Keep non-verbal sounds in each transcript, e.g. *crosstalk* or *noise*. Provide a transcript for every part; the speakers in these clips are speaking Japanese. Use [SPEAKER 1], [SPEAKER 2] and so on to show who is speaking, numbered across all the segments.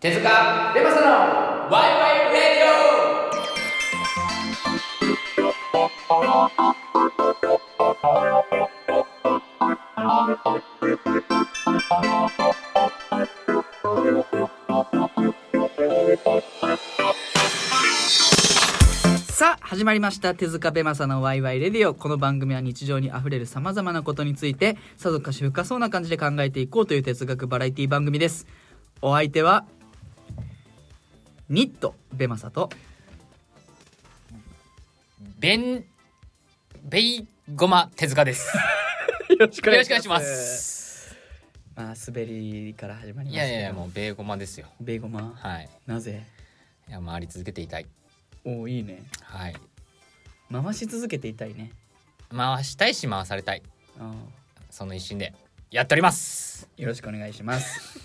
[SPEAKER 1] 手塚レマサのワイワイレディ
[SPEAKER 2] さあ始まりました手塚ベマサのワイワイレディオこの番組は日常にあふれるさまざまなことについてさぞかし深そうな感じで考えていこうという哲学バラエティ番組ですお相手はニットベマサと
[SPEAKER 1] オベンベイゴマ手塚です
[SPEAKER 2] よろし
[SPEAKER 1] よろしくお願いします
[SPEAKER 2] まあ滑りから始まり
[SPEAKER 1] い
[SPEAKER 2] まし
[SPEAKER 1] や
[SPEAKER 2] たけ
[SPEAKER 1] い
[SPEAKER 2] ど
[SPEAKER 1] やいやもうベイゴマですよ
[SPEAKER 2] ベーゴマ
[SPEAKER 1] はい
[SPEAKER 2] なぜ
[SPEAKER 1] いや回り続けていたい
[SPEAKER 2] おおいいね
[SPEAKER 1] はい
[SPEAKER 2] 回し続けていたいね
[SPEAKER 1] 回したいし回されたい
[SPEAKER 2] あ
[SPEAKER 1] その一心でやっております
[SPEAKER 2] ーよろしくお願いします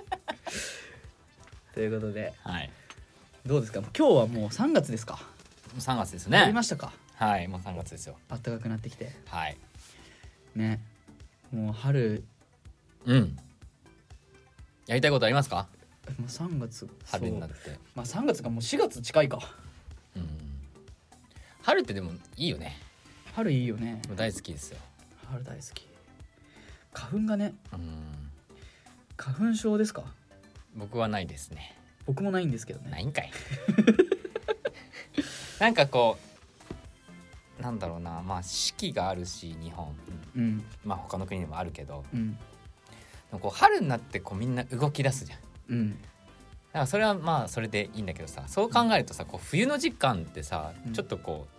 [SPEAKER 1] *laughs*
[SPEAKER 2] ということで
[SPEAKER 1] はい
[SPEAKER 2] どうですかもう今日はもう3月ですか
[SPEAKER 1] もう3月です
[SPEAKER 2] やり
[SPEAKER 1] ね
[SPEAKER 2] ましたか
[SPEAKER 1] はいもう3月ですよ
[SPEAKER 2] 暖かくなってきて
[SPEAKER 1] はい
[SPEAKER 2] ねもう春
[SPEAKER 1] うんやりたいことありますか
[SPEAKER 2] もう3月
[SPEAKER 1] 春になっ
[SPEAKER 2] る、
[SPEAKER 1] て
[SPEAKER 2] まあ、3月がもう4月近いか
[SPEAKER 1] うん春ってでもいいよね
[SPEAKER 2] 春いいよね
[SPEAKER 1] もう大好きですよ
[SPEAKER 2] 春大好き花粉がね
[SPEAKER 1] うん
[SPEAKER 2] 花粉症ですか
[SPEAKER 1] 僕はないですね
[SPEAKER 2] 僕もないんですけど
[SPEAKER 1] な
[SPEAKER 2] ね
[SPEAKER 1] いんかい *laughs* なんかこうなんだろうなまあ四季があるし日本
[SPEAKER 2] うん
[SPEAKER 1] まあ他の国でもあるけど
[SPEAKER 2] うん
[SPEAKER 1] でもこう春になってこうみんな動き出すじゃんだ
[SPEAKER 2] うん
[SPEAKER 1] からそれはまあそれでいいんだけどさそう考えるとさこう冬の時間ってさ、
[SPEAKER 2] うん
[SPEAKER 1] ちょっとこう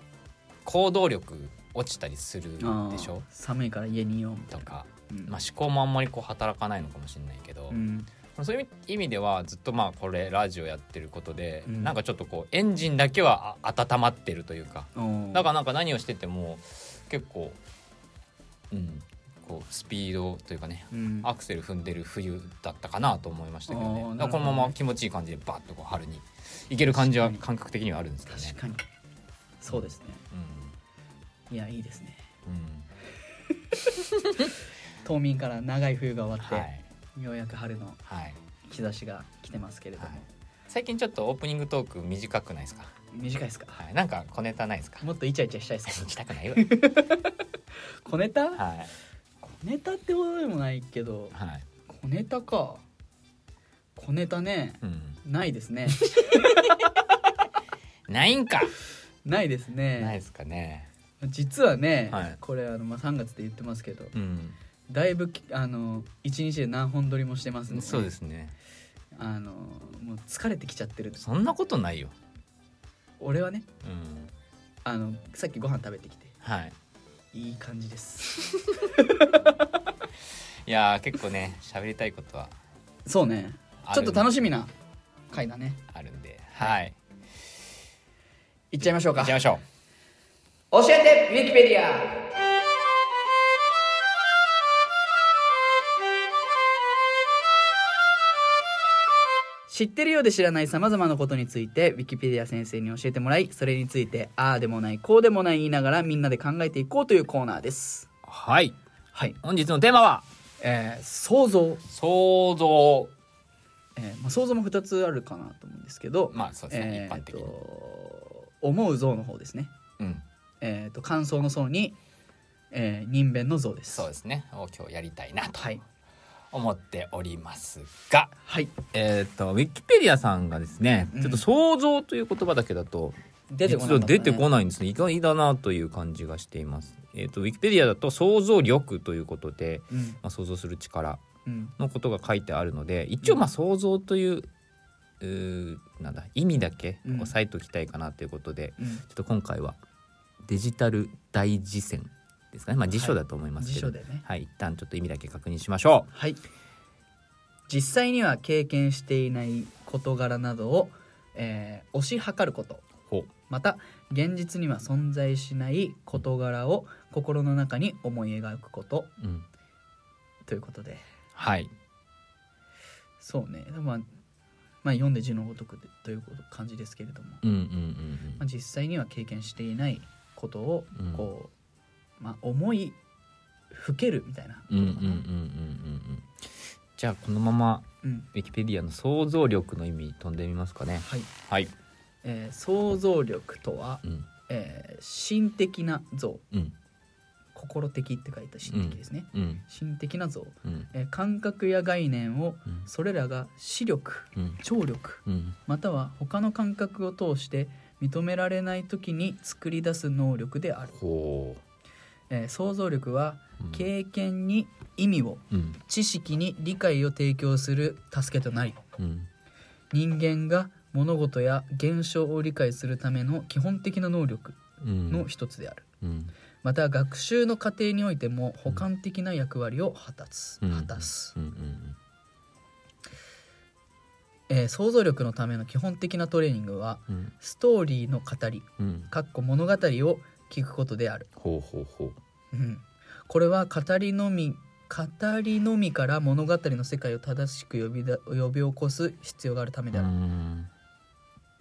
[SPEAKER 1] 行動力落ちたりする
[SPEAKER 2] あー
[SPEAKER 1] でしょ
[SPEAKER 2] 寒いから家にいようみ
[SPEAKER 1] と
[SPEAKER 2] たいな
[SPEAKER 1] か、
[SPEAKER 2] うん
[SPEAKER 1] まあ、思考もあんまりこう働かないのかもしれないけど、
[SPEAKER 2] うん
[SPEAKER 1] そういう意味ではずっとまあこれラジオやってることで、
[SPEAKER 2] うん
[SPEAKER 1] なんかちょっとこうエンジンだけはあ温まってるというか
[SPEAKER 2] おー
[SPEAKER 1] だからなんか何をしてても結構うんこうスピードというかね
[SPEAKER 2] うん
[SPEAKER 1] アクセル踏んでる冬だったかなと思いましたけどね
[SPEAKER 2] あー
[SPEAKER 1] だからこの
[SPEAKER 2] なるほど
[SPEAKER 1] まま
[SPEAKER 2] ね
[SPEAKER 1] 気持ちいい感じでバッとこう春に行ける感じは
[SPEAKER 2] 確か
[SPEAKER 1] 感
[SPEAKER 2] に
[SPEAKER 1] 覚的にはあるんですけどね
[SPEAKER 2] 確。かにそうですねいやいいですね
[SPEAKER 1] うんうん
[SPEAKER 2] 冬眠から長い冬が終わって、
[SPEAKER 1] はい
[SPEAKER 2] ようやく春の
[SPEAKER 1] はい
[SPEAKER 2] 兆しが来てますけれども、
[SPEAKER 1] はい最近ちょっとオープニングトーク短くないですか、
[SPEAKER 2] 短いですか
[SPEAKER 1] はい、なんか小ネタないですか
[SPEAKER 2] もっとイチャイチャしたいですか
[SPEAKER 1] したく
[SPEAKER 2] *laughs*
[SPEAKER 1] ないわ、
[SPEAKER 2] 小ネタ
[SPEAKER 1] はい
[SPEAKER 2] 小ネタってほどでもないけど
[SPEAKER 1] はい
[SPEAKER 2] 小ネタか小ネタね
[SPEAKER 1] うん、
[SPEAKER 2] ないで
[SPEAKER 1] *laughs*
[SPEAKER 2] すね
[SPEAKER 1] ないんか
[SPEAKER 2] ないです
[SPEAKER 1] ない
[SPEAKER 2] ね
[SPEAKER 1] ですかね。
[SPEAKER 2] 実はね、
[SPEAKER 1] はい
[SPEAKER 2] これあの、まあ、3月で言ってますけど
[SPEAKER 1] うん、
[SPEAKER 2] だいぶきあの1日で何本撮りもしてますんで、
[SPEAKER 1] そうですすね。
[SPEAKER 2] あのもう疲れてきちゃってる
[SPEAKER 1] そんなことないよ。
[SPEAKER 2] 俺はね
[SPEAKER 1] うん、
[SPEAKER 2] あのさっきご飯食べてきて
[SPEAKER 1] はい。
[SPEAKER 2] いい感じです
[SPEAKER 1] いやー結構ね喋りたいことは
[SPEAKER 2] そうね
[SPEAKER 1] あ
[SPEAKER 2] ち
[SPEAKER 1] る
[SPEAKER 2] ょっと楽しみな回だね
[SPEAKER 1] あるんで、はい。
[SPEAKER 2] いっちゃいましょう
[SPEAKER 1] 行
[SPEAKER 2] か
[SPEAKER 1] きましょ
[SPEAKER 2] 教えてウィキペディア知ってるようで知らないさまざまなことについてウィキペディア先生に教えてもらいそれについてああでもないこうでもない言いながらみんなで考えていこうというコーナーです
[SPEAKER 1] う。はい。
[SPEAKER 2] はい
[SPEAKER 1] 本日のテーマは
[SPEAKER 2] えー、想像、
[SPEAKER 1] 想像。
[SPEAKER 2] えーまあ、想像も2つあるかなと思うんですけど、
[SPEAKER 1] まあそうですね
[SPEAKER 2] え。ー
[SPEAKER 1] 一般的に。
[SPEAKER 2] と思う像の方ですね
[SPEAKER 1] うん。
[SPEAKER 2] えー、と感想の層に、えー、人弁の像です。
[SPEAKER 1] そうですね。を今日やりたいなと
[SPEAKER 2] はい、
[SPEAKER 1] 思っておりますが、
[SPEAKER 2] はい、
[SPEAKER 1] えっ、とウィキペディアさんがですね、
[SPEAKER 2] うん
[SPEAKER 1] ちょっと想像という言葉だけだと
[SPEAKER 2] 出てこな
[SPEAKER 1] 実
[SPEAKER 2] かっ
[SPEAKER 1] は
[SPEAKER 2] た、ね、
[SPEAKER 1] 出てこないんですね意外だなという感じがしていますえっ、とウィキペディアだと想像力ということで、
[SPEAKER 2] うん
[SPEAKER 1] まあ、想像する力
[SPEAKER 2] うん
[SPEAKER 1] のことが書いてあるので一応まあ想像という,、うーなんだ意味だけ
[SPEAKER 2] うん
[SPEAKER 1] 押さえておきたいかなということで、
[SPEAKER 2] うん、
[SPEAKER 1] ちょっと今回はデジタル大辞典ですかねまあ辞書だと思いますけ
[SPEAKER 2] 辞
[SPEAKER 1] ど、は
[SPEAKER 2] 書
[SPEAKER 1] い
[SPEAKER 2] でね。
[SPEAKER 1] 一旦ちょっと意味だけ確認しましょう
[SPEAKER 2] はい。実際には経験していない事柄などを、えー、推し量ること、
[SPEAKER 1] ほ
[SPEAKER 2] また現実には存在しない事柄を心の中に思い描くこと
[SPEAKER 1] う、うん、
[SPEAKER 2] ということで、
[SPEAKER 1] はい
[SPEAKER 2] そうね、まあ、まあ読んで字のごとくでということ感じですけれども。
[SPEAKER 1] うんうん
[SPEAKER 2] まあ、実際には経験していないことを
[SPEAKER 1] うん
[SPEAKER 2] こう、まあ、思いふけるみたいな
[SPEAKER 1] うんうんうんうんうんうんうんうんじゃあこのまま
[SPEAKER 2] うん
[SPEAKER 1] ウィキペディアの想像力の意味飛んでみますかね。
[SPEAKER 2] はい
[SPEAKER 1] はい。
[SPEAKER 2] えー想像力とは、
[SPEAKER 1] うん。
[SPEAKER 2] えー心的な像
[SPEAKER 1] うん。
[SPEAKER 2] 心的って書いた心的ですね、
[SPEAKER 1] うん。
[SPEAKER 2] 心的な像、
[SPEAKER 1] うん。
[SPEAKER 2] えー感覚や概念を
[SPEAKER 1] うん
[SPEAKER 2] それらが視力
[SPEAKER 1] うん。
[SPEAKER 2] 聴力
[SPEAKER 1] うん。
[SPEAKER 2] または他の感覚を通して認められない時に作り出す能力である、
[SPEAKER 1] ほ
[SPEAKER 2] えー想像力は
[SPEAKER 1] う。うん。
[SPEAKER 2] 経験に意味を
[SPEAKER 1] うん。
[SPEAKER 2] 知識に理解を提供する助けとなり
[SPEAKER 1] うん。
[SPEAKER 2] 人間が物事や現象を理解するための基本的な能力
[SPEAKER 1] うん。
[SPEAKER 2] の一つである、
[SPEAKER 1] うん。
[SPEAKER 2] また学習の過程においても補完的な役割を果たす、
[SPEAKER 1] うん
[SPEAKER 2] 果たす、
[SPEAKER 1] うん。うん。
[SPEAKER 2] えー想像力のための基本的なトレーニングは
[SPEAKER 1] うん。
[SPEAKER 2] ストーリーの語り
[SPEAKER 1] うん。
[SPEAKER 2] かっこ物語を聞くことである、
[SPEAKER 1] ほうほうほう。
[SPEAKER 2] うん、これは語りのみ語りのみから物語の世界を正しく呼びだ呼び起こす必要があるため
[SPEAKER 1] う
[SPEAKER 2] である、
[SPEAKER 1] ん。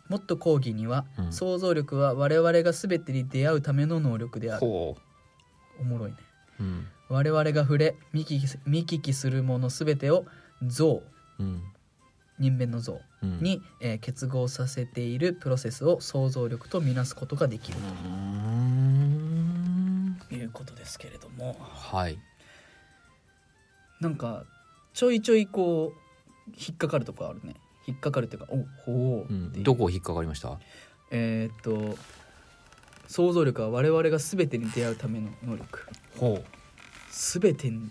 [SPEAKER 2] もっと講義には、
[SPEAKER 1] うん
[SPEAKER 2] 想像力は我々が全てに出会うための能力である
[SPEAKER 1] ほ
[SPEAKER 2] おもろいね
[SPEAKER 1] う。うん。
[SPEAKER 2] 我々が触れ見聞きす見聞きするもの全てを像
[SPEAKER 1] うん。
[SPEAKER 2] 人間の像
[SPEAKER 1] うん。。
[SPEAKER 2] に、えー結合させているプロセスを想像力とみなすことができる
[SPEAKER 1] うん。
[SPEAKER 2] ということですけれども
[SPEAKER 1] はい。
[SPEAKER 2] なんかちょいちょいこう引っかかるとこあるね引っかかるっていうかおほ
[SPEAKER 1] う
[SPEAKER 2] うって
[SPEAKER 1] ん。
[SPEAKER 2] いう
[SPEAKER 1] どこを引っかかりました。
[SPEAKER 2] えーっと想像力は我々が全てに出会うための能力
[SPEAKER 1] ほう。
[SPEAKER 2] 全てに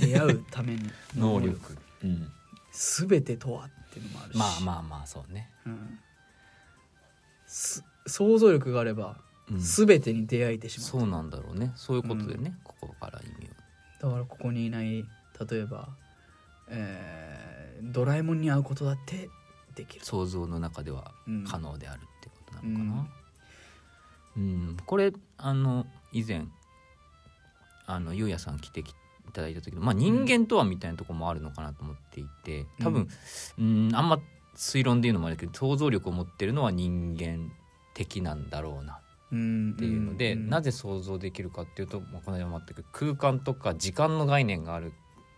[SPEAKER 2] 出会うための
[SPEAKER 1] 能
[SPEAKER 2] *laughs*
[SPEAKER 1] 力。うん。
[SPEAKER 2] 全てとはっていうのもあるし、
[SPEAKER 1] まあまあまあ、そうね。
[SPEAKER 2] うんす想像力があれば
[SPEAKER 1] うん。
[SPEAKER 2] 全てに出会えてしまう、
[SPEAKER 1] そうなんだろうね。そういうことでね、ここから意味を。
[SPEAKER 2] だからここにいない例えば、えードラえもんに会うことだってできる
[SPEAKER 1] 想像の中では
[SPEAKER 2] うん
[SPEAKER 1] 可能であるってことなのかな。うん、これあの以前あのゆうやさん来てきいただいた時の、まあ、人間とはみたいなところもあるのかなと思っていて多分、うん、あんま推論で言うのもあれだけど想像力を持ってるのは人間的なんだろうな
[SPEAKER 2] うん
[SPEAKER 1] っていうので、
[SPEAKER 2] ん
[SPEAKER 1] なぜ想像できるかっていうと、まあ、この間もあったけど空間とか時間の概念がある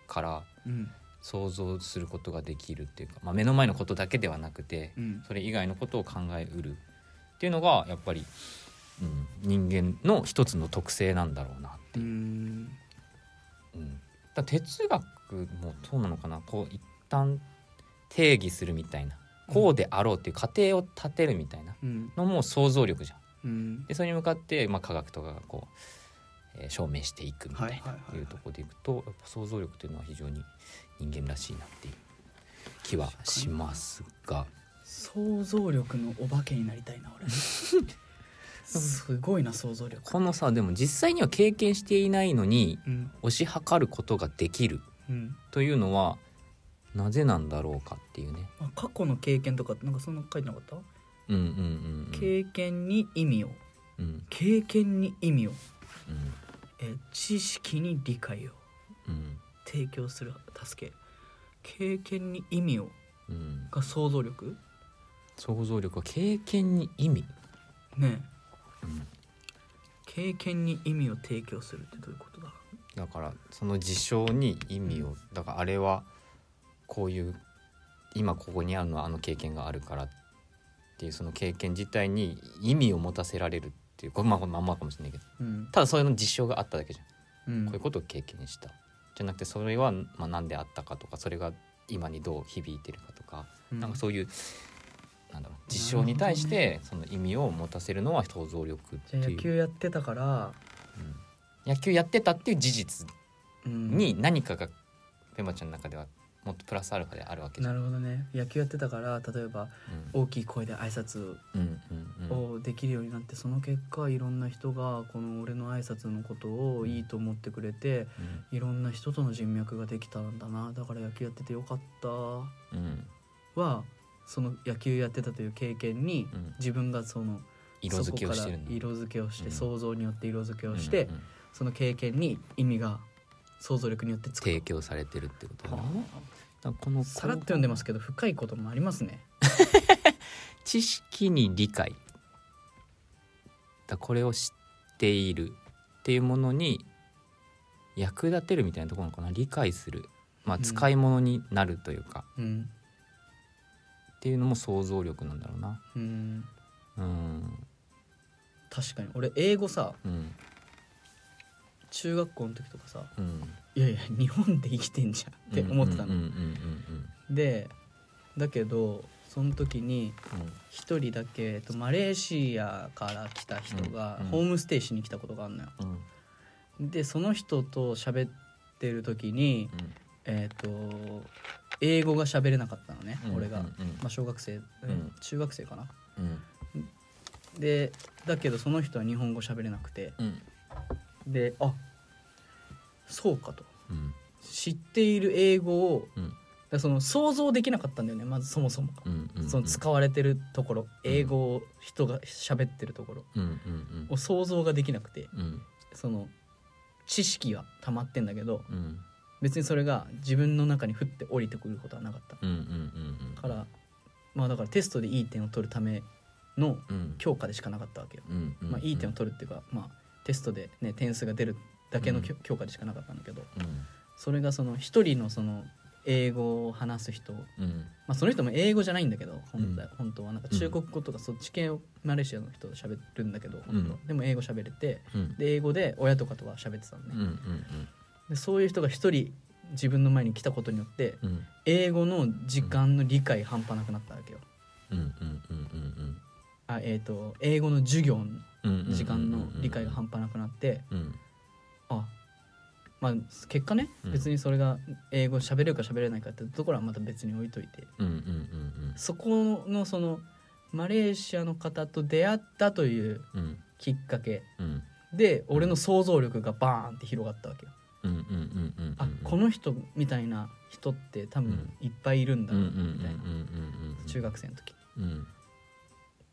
[SPEAKER 1] から
[SPEAKER 2] うん
[SPEAKER 1] 想像することができるっていうか、まあ、目の前のことだけではなくて
[SPEAKER 2] うん
[SPEAKER 1] それ以外のことを考えうるっていうのがやっぱり、うん、人間の一つの特性なんだろうな、
[SPEAKER 2] うん
[SPEAKER 1] うん、だ哲学もそうなのかなこう一旦定義するみたいなこうであろうっていう過程を立てるみたいな
[SPEAKER 2] うん
[SPEAKER 1] のも想像力じゃん。
[SPEAKER 2] うん
[SPEAKER 1] でそれに向かって、まあ、科学とかがこう、えー証明していくみたい
[SPEAKER 2] はいはいはいはい
[SPEAKER 1] ないうところでいくとやっぱ想像力というのは非常に人間らしいなっていう気はしますが。
[SPEAKER 2] 想像力のお化けになりたいな
[SPEAKER 1] *laughs*
[SPEAKER 2] 俺すごいな想像力
[SPEAKER 1] このさでも実際には経験していないのに
[SPEAKER 2] うん
[SPEAKER 1] 推し量ることができる
[SPEAKER 2] うん
[SPEAKER 1] というのはなぜなんだろうかっていうね。
[SPEAKER 2] まあ、過去の経験とかなんかそんな書いてなかった、
[SPEAKER 1] うんうんうんうん
[SPEAKER 2] 経験に意味を
[SPEAKER 1] うん
[SPEAKER 2] 経験に意味を、
[SPEAKER 1] うん
[SPEAKER 2] えー知識に理解を
[SPEAKER 1] うん
[SPEAKER 2] 提供する助け経験に意味を
[SPEAKER 1] うん
[SPEAKER 2] が想像力
[SPEAKER 1] 想像力は経験に意味、
[SPEAKER 2] ねえ
[SPEAKER 1] うん、
[SPEAKER 2] 経験に意味を提供するってどういうことだ
[SPEAKER 1] だからその事象に意味をだからあれはこういう今ここにあるのはあの経験があるからっていうその経験自体に意味を持たせられるっていうこれまあまんまかもしれないけど
[SPEAKER 2] うん、
[SPEAKER 1] ただそういうの実証があっただけじゃん
[SPEAKER 2] うん
[SPEAKER 1] こういうことを経験したじゃなくてそれは、まあ、何であったかとかそれが今にどう響いてるかとか、
[SPEAKER 2] うん
[SPEAKER 1] なんかそういうなんだろう事象に対してその意味を持たせるのは想像力って
[SPEAKER 2] じゃあ
[SPEAKER 1] いう
[SPEAKER 2] 野球やってたから、
[SPEAKER 1] うん野球やってたっていう事実
[SPEAKER 2] うん
[SPEAKER 1] に何かがペマちゃんの中ではもっとプラスアルファであるわけじゃ。
[SPEAKER 2] なんるほどね野球やってたから例えば大きい声で挨拶
[SPEAKER 1] うんうんうんうん
[SPEAKER 2] をできるようになってその結果いろんな人がこの俺の挨拶のことをいいと思ってくれていろんな人との人脈ができたんだなだから野球やっててよかった
[SPEAKER 1] うんうん
[SPEAKER 2] はその野球やってたという経験に
[SPEAKER 1] うん
[SPEAKER 2] 自分がその
[SPEAKER 1] 色付けをしてる
[SPEAKER 2] そこ
[SPEAKER 1] の
[SPEAKER 2] から色付けをして、
[SPEAKER 1] うん
[SPEAKER 2] 想像によって色付けをして、
[SPEAKER 1] うんうん
[SPEAKER 2] その経験に意味が想像力によってつく
[SPEAKER 1] 提供されてるってことだ
[SPEAKER 2] は
[SPEAKER 1] ね
[SPEAKER 2] あ
[SPEAKER 1] だからこの
[SPEAKER 2] さらっと読んでますけど深いこともありますね
[SPEAKER 1] 知識に理解だこれを知っているっていうものに役立てるみたいなところなのかな理解するまあ、
[SPEAKER 2] うん
[SPEAKER 1] 使い物になるというか、
[SPEAKER 2] うん
[SPEAKER 1] っていうのも想像力なんだろうな。
[SPEAKER 2] うん
[SPEAKER 1] うん
[SPEAKER 2] 確かに俺英語さ
[SPEAKER 1] うん
[SPEAKER 2] 中学校の時とかさ
[SPEAKER 1] うん
[SPEAKER 2] いやいや日本で生きてんじゃんって思ってたの、
[SPEAKER 1] うんうんうん
[SPEAKER 2] でだけどその時に
[SPEAKER 1] うんうん
[SPEAKER 2] 一人だけ、えっと、マレーシアから来た人が
[SPEAKER 1] うんうん
[SPEAKER 2] ホームステイしに来たことがあるのよ
[SPEAKER 1] うん
[SPEAKER 2] でその人と喋ってる時にえっ、と英語が喋れなかったのね、
[SPEAKER 1] うん
[SPEAKER 2] 俺が、
[SPEAKER 1] うん
[SPEAKER 2] まあ、小学生、えー
[SPEAKER 1] うん
[SPEAKER 2] 中学生かな
[SPEAKER 1] うん
[SPEAKER 2] でだけどその人は日本語喋れなくて
[SPEAKER 1] うん
[SPEAKER 2] であそうかと
[SPEAKER 1] うん
[SPEAKER 2] 知っている英語を
[SPEAKER 1] うん
[SPEAKER 2] だからその想像できなかったんだよねまずそもそもが、
[SPEAKER 1] うんうん
[SPEAKER 2] その使われてるところ英語を人が喋ってるところ
[SPEAKER 1] うんうん
[SPEAKER 2] を想像ができなくて
[SPEAKER 1] うんうん
[SPEAKER 2] その知識は溜まってんだけど
[SPEAKER 1] うん
[SPEAKER 2] 別にそれが自分の中に降って降りてくることはなかった
[SPEAKER 1] うんうんうんうん
[SPEAKER 2] からまあだからテストでいい点を取るための
[SPEAKER 1] うん
[SPEAKER 2] 強化でしかなかったわけよ、
[SPEAKER 1] うんうん
[SPEAKER 2] まあ、いい点を取るっていうか、まあ、テストで、ね、点数が出るだけのきょ強化でしかなかったんだけど
[SPEAKER 1] うん
[SPEAKER 2] それがその一人のその英語を話す人を
[SPEAKER 1] うん
[SPEAKER 2] まあ、その人も英語じゃないんだけど
[SPEAKER 1] うん
[SPEAKER 2] 本当は,、本当はなんか中国語とかそっち系をマレーシアの人と喋るんだけど、
[SPEAKER 1] うん
[SPEAKER 2] 本当でも英語喋れて
[SPEAKER 1] うん
[SPEAKER 2] で英語で親とかとは喋ってたのね、
[SPEAKER 1] うんうん
[SPEAKER 2] でそういう人が一人自分の前に来たことによって
[SPEAKER 1] うんうん
[SPEAKER 2] 英語の時間の理解半端なくなったわけよ。
[SPEAKER 1] うんうんうんうん
[SPEAKER 2] あえー、と英語の授業の
[SPEAKER 1] うんうん
[SPEAKER 2] 時間の理解が半端なくなって
[SPEAKER 1] うん
[SPEAKER 2] あまあ結果ね
[SPEAKER 1] うん
[SPEAKER 2] 別にそれが英語喋れるか喋れないかってところはまた別に置いといて
[SPEAKER 1] うんうんうん
[SPEAKER 2] そこのそのマレーシアの方と出会ったという
[SPEAKER 1] うんうん
[SPEAKER 2] きっかけ
[SPEAKER 1] うん
[SPEAKER 2] で俺の想像力がバーンって広がったわけよ。
[SPEAKER 1] うんうんうんうん
[SPEAKER 2] あこの人みたいな人って多分いっぱいいるんだ
[SPEAKER 1] うんうん
[SPEAKER 2] な
[SPEAKER 1] うんうん
[SPEAKER 2] みたいな
[SPEAKER 1] うんうん
[SPEAKER 2] 中学生の時。
[SPEAKER 1] うん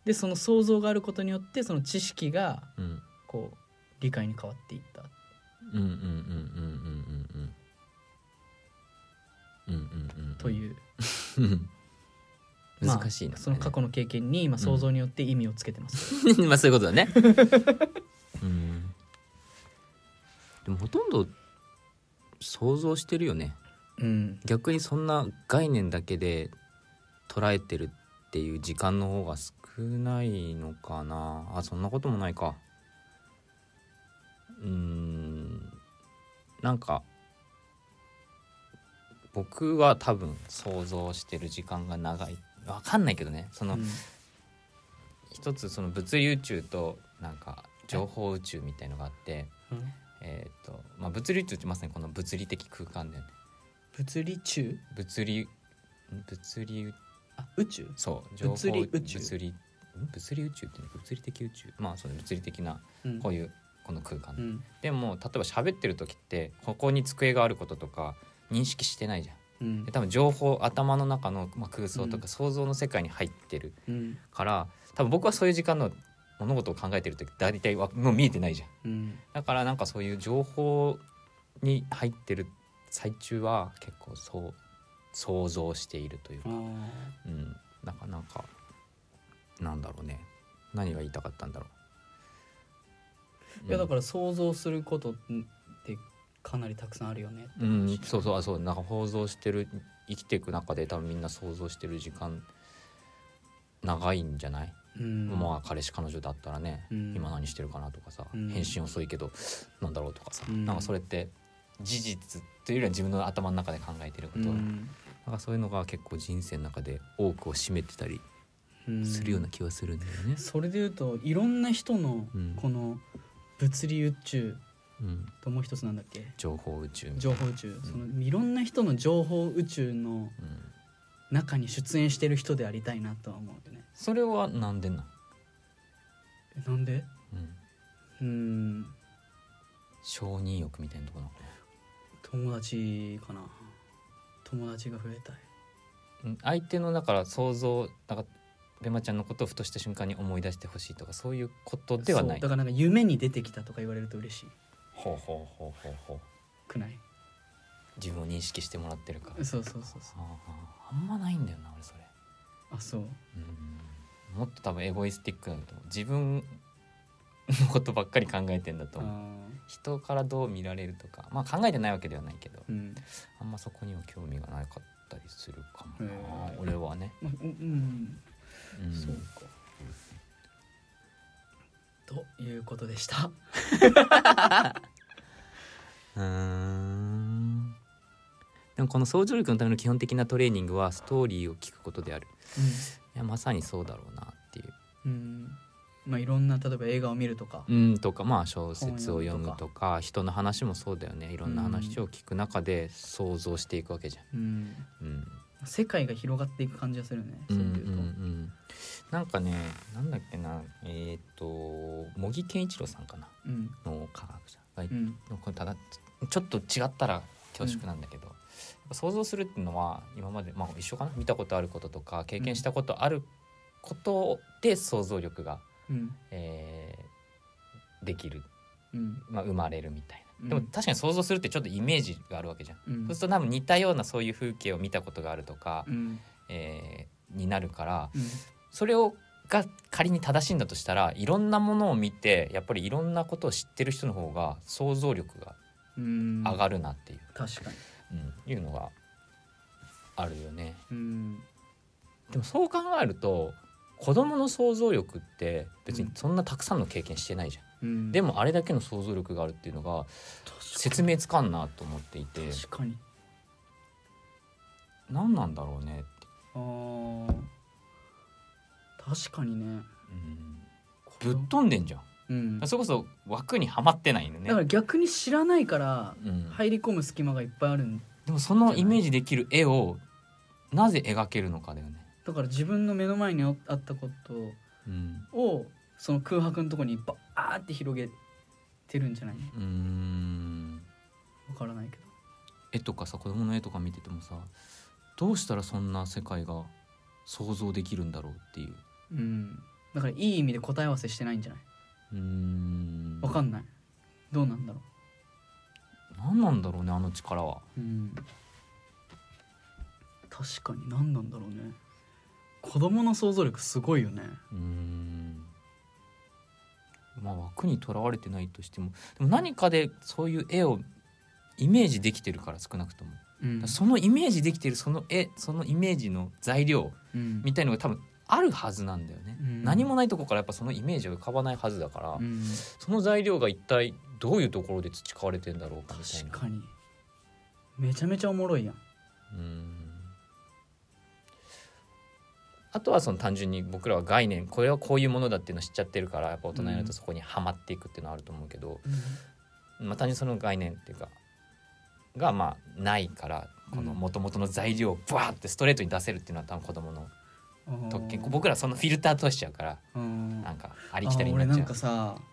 [SPEAKER 2] でその想像があることによってその知識が
[SPEAKER 1] うん
[SPEAKER 2] こう理解に変わっていった。
[SPEAKER 1] うんうんうんうんうんうんうんうんうんうんうん
[SPEAKER 2] という、
[SPEAKER 1] うん
[SPEAKER 2] まあ
[SPEAKER 1] 難しいな、
[SPEAKER 2] その過去の経験に今想像によって意味をつけてます、
[SPEAKER 1] まあそういうことだねうんでもほとんど想像してるよね
[SPEAKER 2] うん
[SPEAKER 1] 逆にそんな概念だけで捉えてるっていう時間の方が少ないのかなあそんなこともないかうーんなんか僕は多分想像してる時間が長いわかんないけどねその、
[SPEAKER 2] うん
[SPEAKER 1] 一つその物理宇宙となんか情報宇宙みたいのがあって、えーっとまあ、物理宇宙ってまさにこの物理的空間だよね
[SPEAKER 2] 物理中
[SPEAKER 1] 物理ん物理宇
[SPEAKER 2] あ宇宙
[SPEAKER 1] そう
[SPEAKER 2] 物理宇宙
[SPEAKER 1] 物理ん物理宇宙ってね物理的宇宙まあその物理的な
[SPEAKER 2] うん
[SPEAKER 1] こういうこの空間、
[SPEAKER 2] うん
[SPEAKER 1] でも例えば喋ってる時ってここに机があることとか認識してないじゃん
[SPEAKER 2] うん
[SPEAKER 1] で多分情報頭の中の、まあ、空想と
[SPEAKER 2] う
[SPEAKER 1] か想像の世界に入ってる
[SPEAKER 2] うん
[SPEAKER 1] から多分僕はそういう時間の物事を考えてる時大体はもう見えてないじゃん
[SPEAKER 2] うん
[SPEAKER 1] だからなんかそういう情報に入ってる最中は結構そう想像しているという
[SPEAKER 2] あ
[SPEAKER 1] か、
[SPEAKER 2] ー
[SPEAKER 1] うん、なかなかなんだろうね何が言いたかったんだろう。、
[SPEAKER 2] いやだからら想像することってかなりたくさんあるよね
[SPEAKER 1] うん、そうそうあそうなんか想像してる生きていく中で多分みんな想像してる時間長いんじゃない、
[SPEAKER 2] うん
[SPEAKER 1] まあ彼氏彼女だったらね、
[SPEAKER 2] うん
[SPEAKER 1] 今何してるかなとかさ、
[SPEAKER 2] うん
[SPEAKER 1] 返信遅いけどなんだろうとかさ、
[SPEAKER 2] うん
[SPEAKER 1] なんかそれって事実というよりは自分の頭の中で考えてるこ
[SPEAKER 2] う
[SPEAKER 1] と、なん
[SPEAKER 2] ん
[SPEAKER 1] かそういうのが結構人生の中で多くを占めてたり
[SPEAKER 2] うん
[SPEAKER 1] するような気はするんだよね。
[SPEAKER 2] それでいうといろんな人の
[SPEAKER 1] うん
[SPEAKER 2] この物理宇宙
[SPEAKER 1] うん、
[SPEAKER 2] ともう一つなんだっけ
[SPEAKER 1] 情報宇宙みたい
[SPEAKER 2] 情報宇宙そのいろんな人の情報宇宙の
[SPEAKER 1] な、うん、
[SPEAKER 2] 中に出演してる人でありたいなとは思うよね
[SPEAKER 1] それはなんでなん、
[SPEAKER 2] えなんで
[SPEAKER 1] うん、
[SPEAKER 2] うん
[SPEAKER 1] 承認欲みたいなところなのか
[SPEAKER 2] 友達かな友達が増えたい
[SPEAKER 1] な、うん、相手のだから想像なんかベマちゃんのことをふとした瞬間に思い出してほしいとかそういうことではない
[SPEAKER 2] そうだからなんか夢に出てきたとか言われると嬉し
[SPEAKER 1] ほうほうほうほうほう
[SPEAKER 2] くない
[SPEAKER 1] 自分を認識してもらってるから
[SPEAKER 2] そうそうそうそ
[SPEAKER 1] あああんまないんだよな俺それ、
[SPEAKER 2] あそう
[SPEAKER 1] うん、もっと多分エゴイスティックなんだと思う自分のことばっかり考えてんだと
[SPEAKER 2] あ
[SPEAKER 1] 思う
[SPEAKER 2] ー
[SPEAKER 1] 人からどう見られるとか、まあ、考えてないわけではないけど
[SPEAKER 2] うん
[SPEAKER 1] あんまそこには興味がなかったりするかもな
[SPEAKER 2] へえ
[SPEAKER 1] 俺はね、
[SPEAKER 2] まあうん
[SPEAKER 1] うん
[SPEAKER 2] そうか。ということでした。
[SPEAKER 1] うーんでもこの想像力のための基本的なトレーニングはストーリーを聞くことであるいやまさにそうだろうなっていう
[SPEAKER 2] うん、まあいろんな例えば映画を見るとか、
[SPEAKER 1] うんとかまあ小説を読む
[SPEAKER 2] 本
[SPEAKER 1] とか人の話もそうだよねいろんな話を聞く中で想像していくわけじゃ
[SPEAKER 2] うん、
[SPEAKER 1] ん。うん
[SPEAKER 2] 世界が広がっていく感じがするね。
[SPEAKER 1] う
[SPEAKER 2] そ
[SPEAKER 1] ん
[SPEAKER 2] う
[SPEAKER 1] う
[SPEAKER 2] い
[SPEAKER 1] ん
[SPEAKER 2] う
[SPEAKER 1] う
[SPEAKER 2] と、
[SPEAKER 1] ん、なんかねなんだっけなえっ、と茂木健一郎さんかな
[SPEAKER 2] うん、
[SPEAKER 1] の科学者が
[SPEAKER 2] うん、
[SPEAKER 1] のこれただちょっと違ったら恐縮なんだけど、やっぱ想像するっていうのは今まで、まあ、一緒かな見たことあることとか経験したことあることで想像力が、
[SPEAKER 2] うん、
[SPEAKER 1] えーできる、
[SPEAKER 2] うん、
[SPEAKER 1] まあ、生まれるみたいな。で
[SPEAKER 2] う
[SPEAKER 1] も
[SPEAKER 2] ん
[SPEAKER 1] 確かに想像するってちょっとイメージがあるわけじゃん。
[SPEAKER 2] うん
[SPEAKER 1] そうすると多分似たようなそういう風景を見たことがあるとか、
[SPEAKER 2] うん、
[SPEAKER 1] えーになるから
[SPEAKER 2] うん、
[SPEAKER 1] それをが仮に正しいんだとしたらいろんなものを見てやっぱりいろんなことを知ってる人の方が想像力が
[SPEAKER 2] うん、
[SPEAKER 1] 上がるなっていう、
[SPEAKER 2] 確かに。
[SPEAKER 1] うん、いうのがあるよね。
[SPEAKER 2] うん、
[SPEAKER 1] でもそう考えると子供の想像力って別にそんなたくさんの経験してないじゃん。
[SPEAKER 2] うん、
[SPEAKER 1] でもあれだけの想像力があるっていうのが
[SPEAKER 2] 確
[SPEAKER 1] 説明つかんなと思っていて
[SPEAKER 2] かに確かに。
[SPEAKER 1] 何なんだろうねって。
[SPEAKER 2] あー確かにね。
[SPEAKER 1] うん
[SPEAKER 2] これ
[SPEAKER 1] ぶっ飛んでんじゃん。
[SPEAKER 2] うん。だ
[SPEAKER 1] それこそ枠にはまってないんだね。
[SPEAKER 2] から逆に知らないから
[SPEAKER 1] うん
[SPEAKER 2] 入り込む隙間がいっぱいあるん
[SPEAKER 1] でもそのイメージできる絵をなぜ描けるのかだよね。
[SPEAKER 2] だから自分の目の前にあったこと
[SPEAKER 1] うん、
[SPEAKER 2] をその空白のところにバーって広げてるんじゃないう
[SPEAKER 1] ーん
[SPEAKER 2] わからないけど
[SPEAKER 1] 絵とかさ子供の絵とか見ててもさどうしたらそんな世界が想像できるんだろうっていう。
[SPEAKER 2] うんだからいい意味で答え合わせしてないんじゃないう
[SPEAKER 1] ーん
[SPEAKER 2] わか
[SPEAKER 1] ん
[SPEAKER 2] んないどうなんだろ
[SPEAKER 1] 何なんだろうねあの力は。
[SPEAKER 2] ううん確かに何なんだろうね子供の想像力すごいよね
[SPEAKER 1] うーんまあ枠にとらわれてないとしてもでも何かでそういう絵をイメージできてるから少なくとも。
[SPEAKER 2] うん
[SPEAKER 1] そのイメージできてるその絵そのイメージの材料
[SPEAKER 2] うん
[SPEAKER 1] みたいのが多分あるはずなんだよね、
[SPEAKER 2] うん
[SPEAKER 1] 何もないとこからやっぱそのイメージが浮かばないはずだから、
[SPEAKER 2] うん
[SPEAKER 1] その材料が一体どういうところで培われてんだろうかみたいな
[SPEAKER 2] 確かにめちゃめちゃおもろいやん
[SPEAKER 1] うんあとはその単純に僕らは概念これはこういうものだっていうのを知っちゃってるからやっぱ大人になるとそこにはまっていくっていうのはあると思うけど、まあ、単純にその概念っていうかがまあないからこの
[SPEAKER 2] うん
[SPEAKER 1] 元々の材料をバーってストレートに出せるっていうのは多分子供の
[SPEAKER 2] うん
[SPEAKER 1] 特権僕らそのフィルター通しちゃうから
[SPEAKER 2] うん
[SPEAKER 1] なんかありきたりになっ
[SPEAKER 2] あ俺
[SPEAKER 1] ち
[SPEAKER 2] な
[SPEAKER 1] ゃ
[SPEAKER 2] ん
[SPEAKER 1] う
[SPEAKER 2] か。さ、
[SPEAKER 1] うん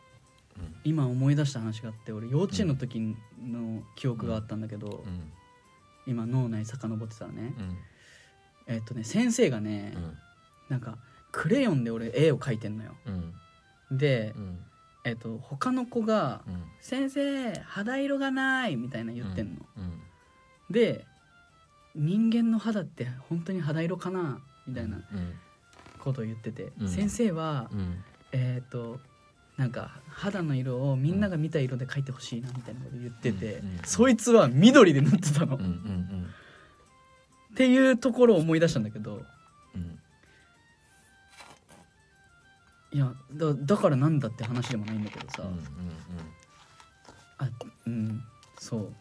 [SPEAKER 2] 今思い出した話があって俺幼稚園の時の記憶があったんだけど、
[SPEAKER 1] うん
[SPEAKER 2] 今脳内遡ってたらね、
[SPEAKER 1] うん
[SPEAKER 2] えっとね先生がね、
[SPEAKER 1] うん
[SPEAKER 2] なんかクレヨンで俺絵を描いてんのよ
[SPEAKER 1] うん
[SPEAKER 2] で、
[SPEAKER 1] うん
[SPEAKER 2] えっと他の子が
[SPEAKER 1] うん
[SPEAKER 2] 「先生肌色がない」みたいな言ってんの、
[SPEAKER 1] うん
[SPEAKER 2] で人間の肌って本当に肌色かなみたいな
[SPEAKER 1] うん
[SPEAKER 2] ことを言ってて、
[SPEAKER 1] うん
[SPEAKER 2] 先生は、
[SPEAKER 1] うん
[SPEAKER 2] えっ、となんか肌の色をみんなが見た色で描いてほしいなみたいなこと言ってて、
[SPEAKER 1] うんうん
[SPEAKER 2] そいつは緑で塗ってたの、
[SPEAKER 1] うんうんうん
[SPEAKER 2] っていうところを思い出したんだけど
[SPEAKER 1] うん
[SPEAKER 2] いやだだからなんだって話でもないんだけどさ、
[SPEAKER 1] うんうん
[SPEAKER 2] あうんそう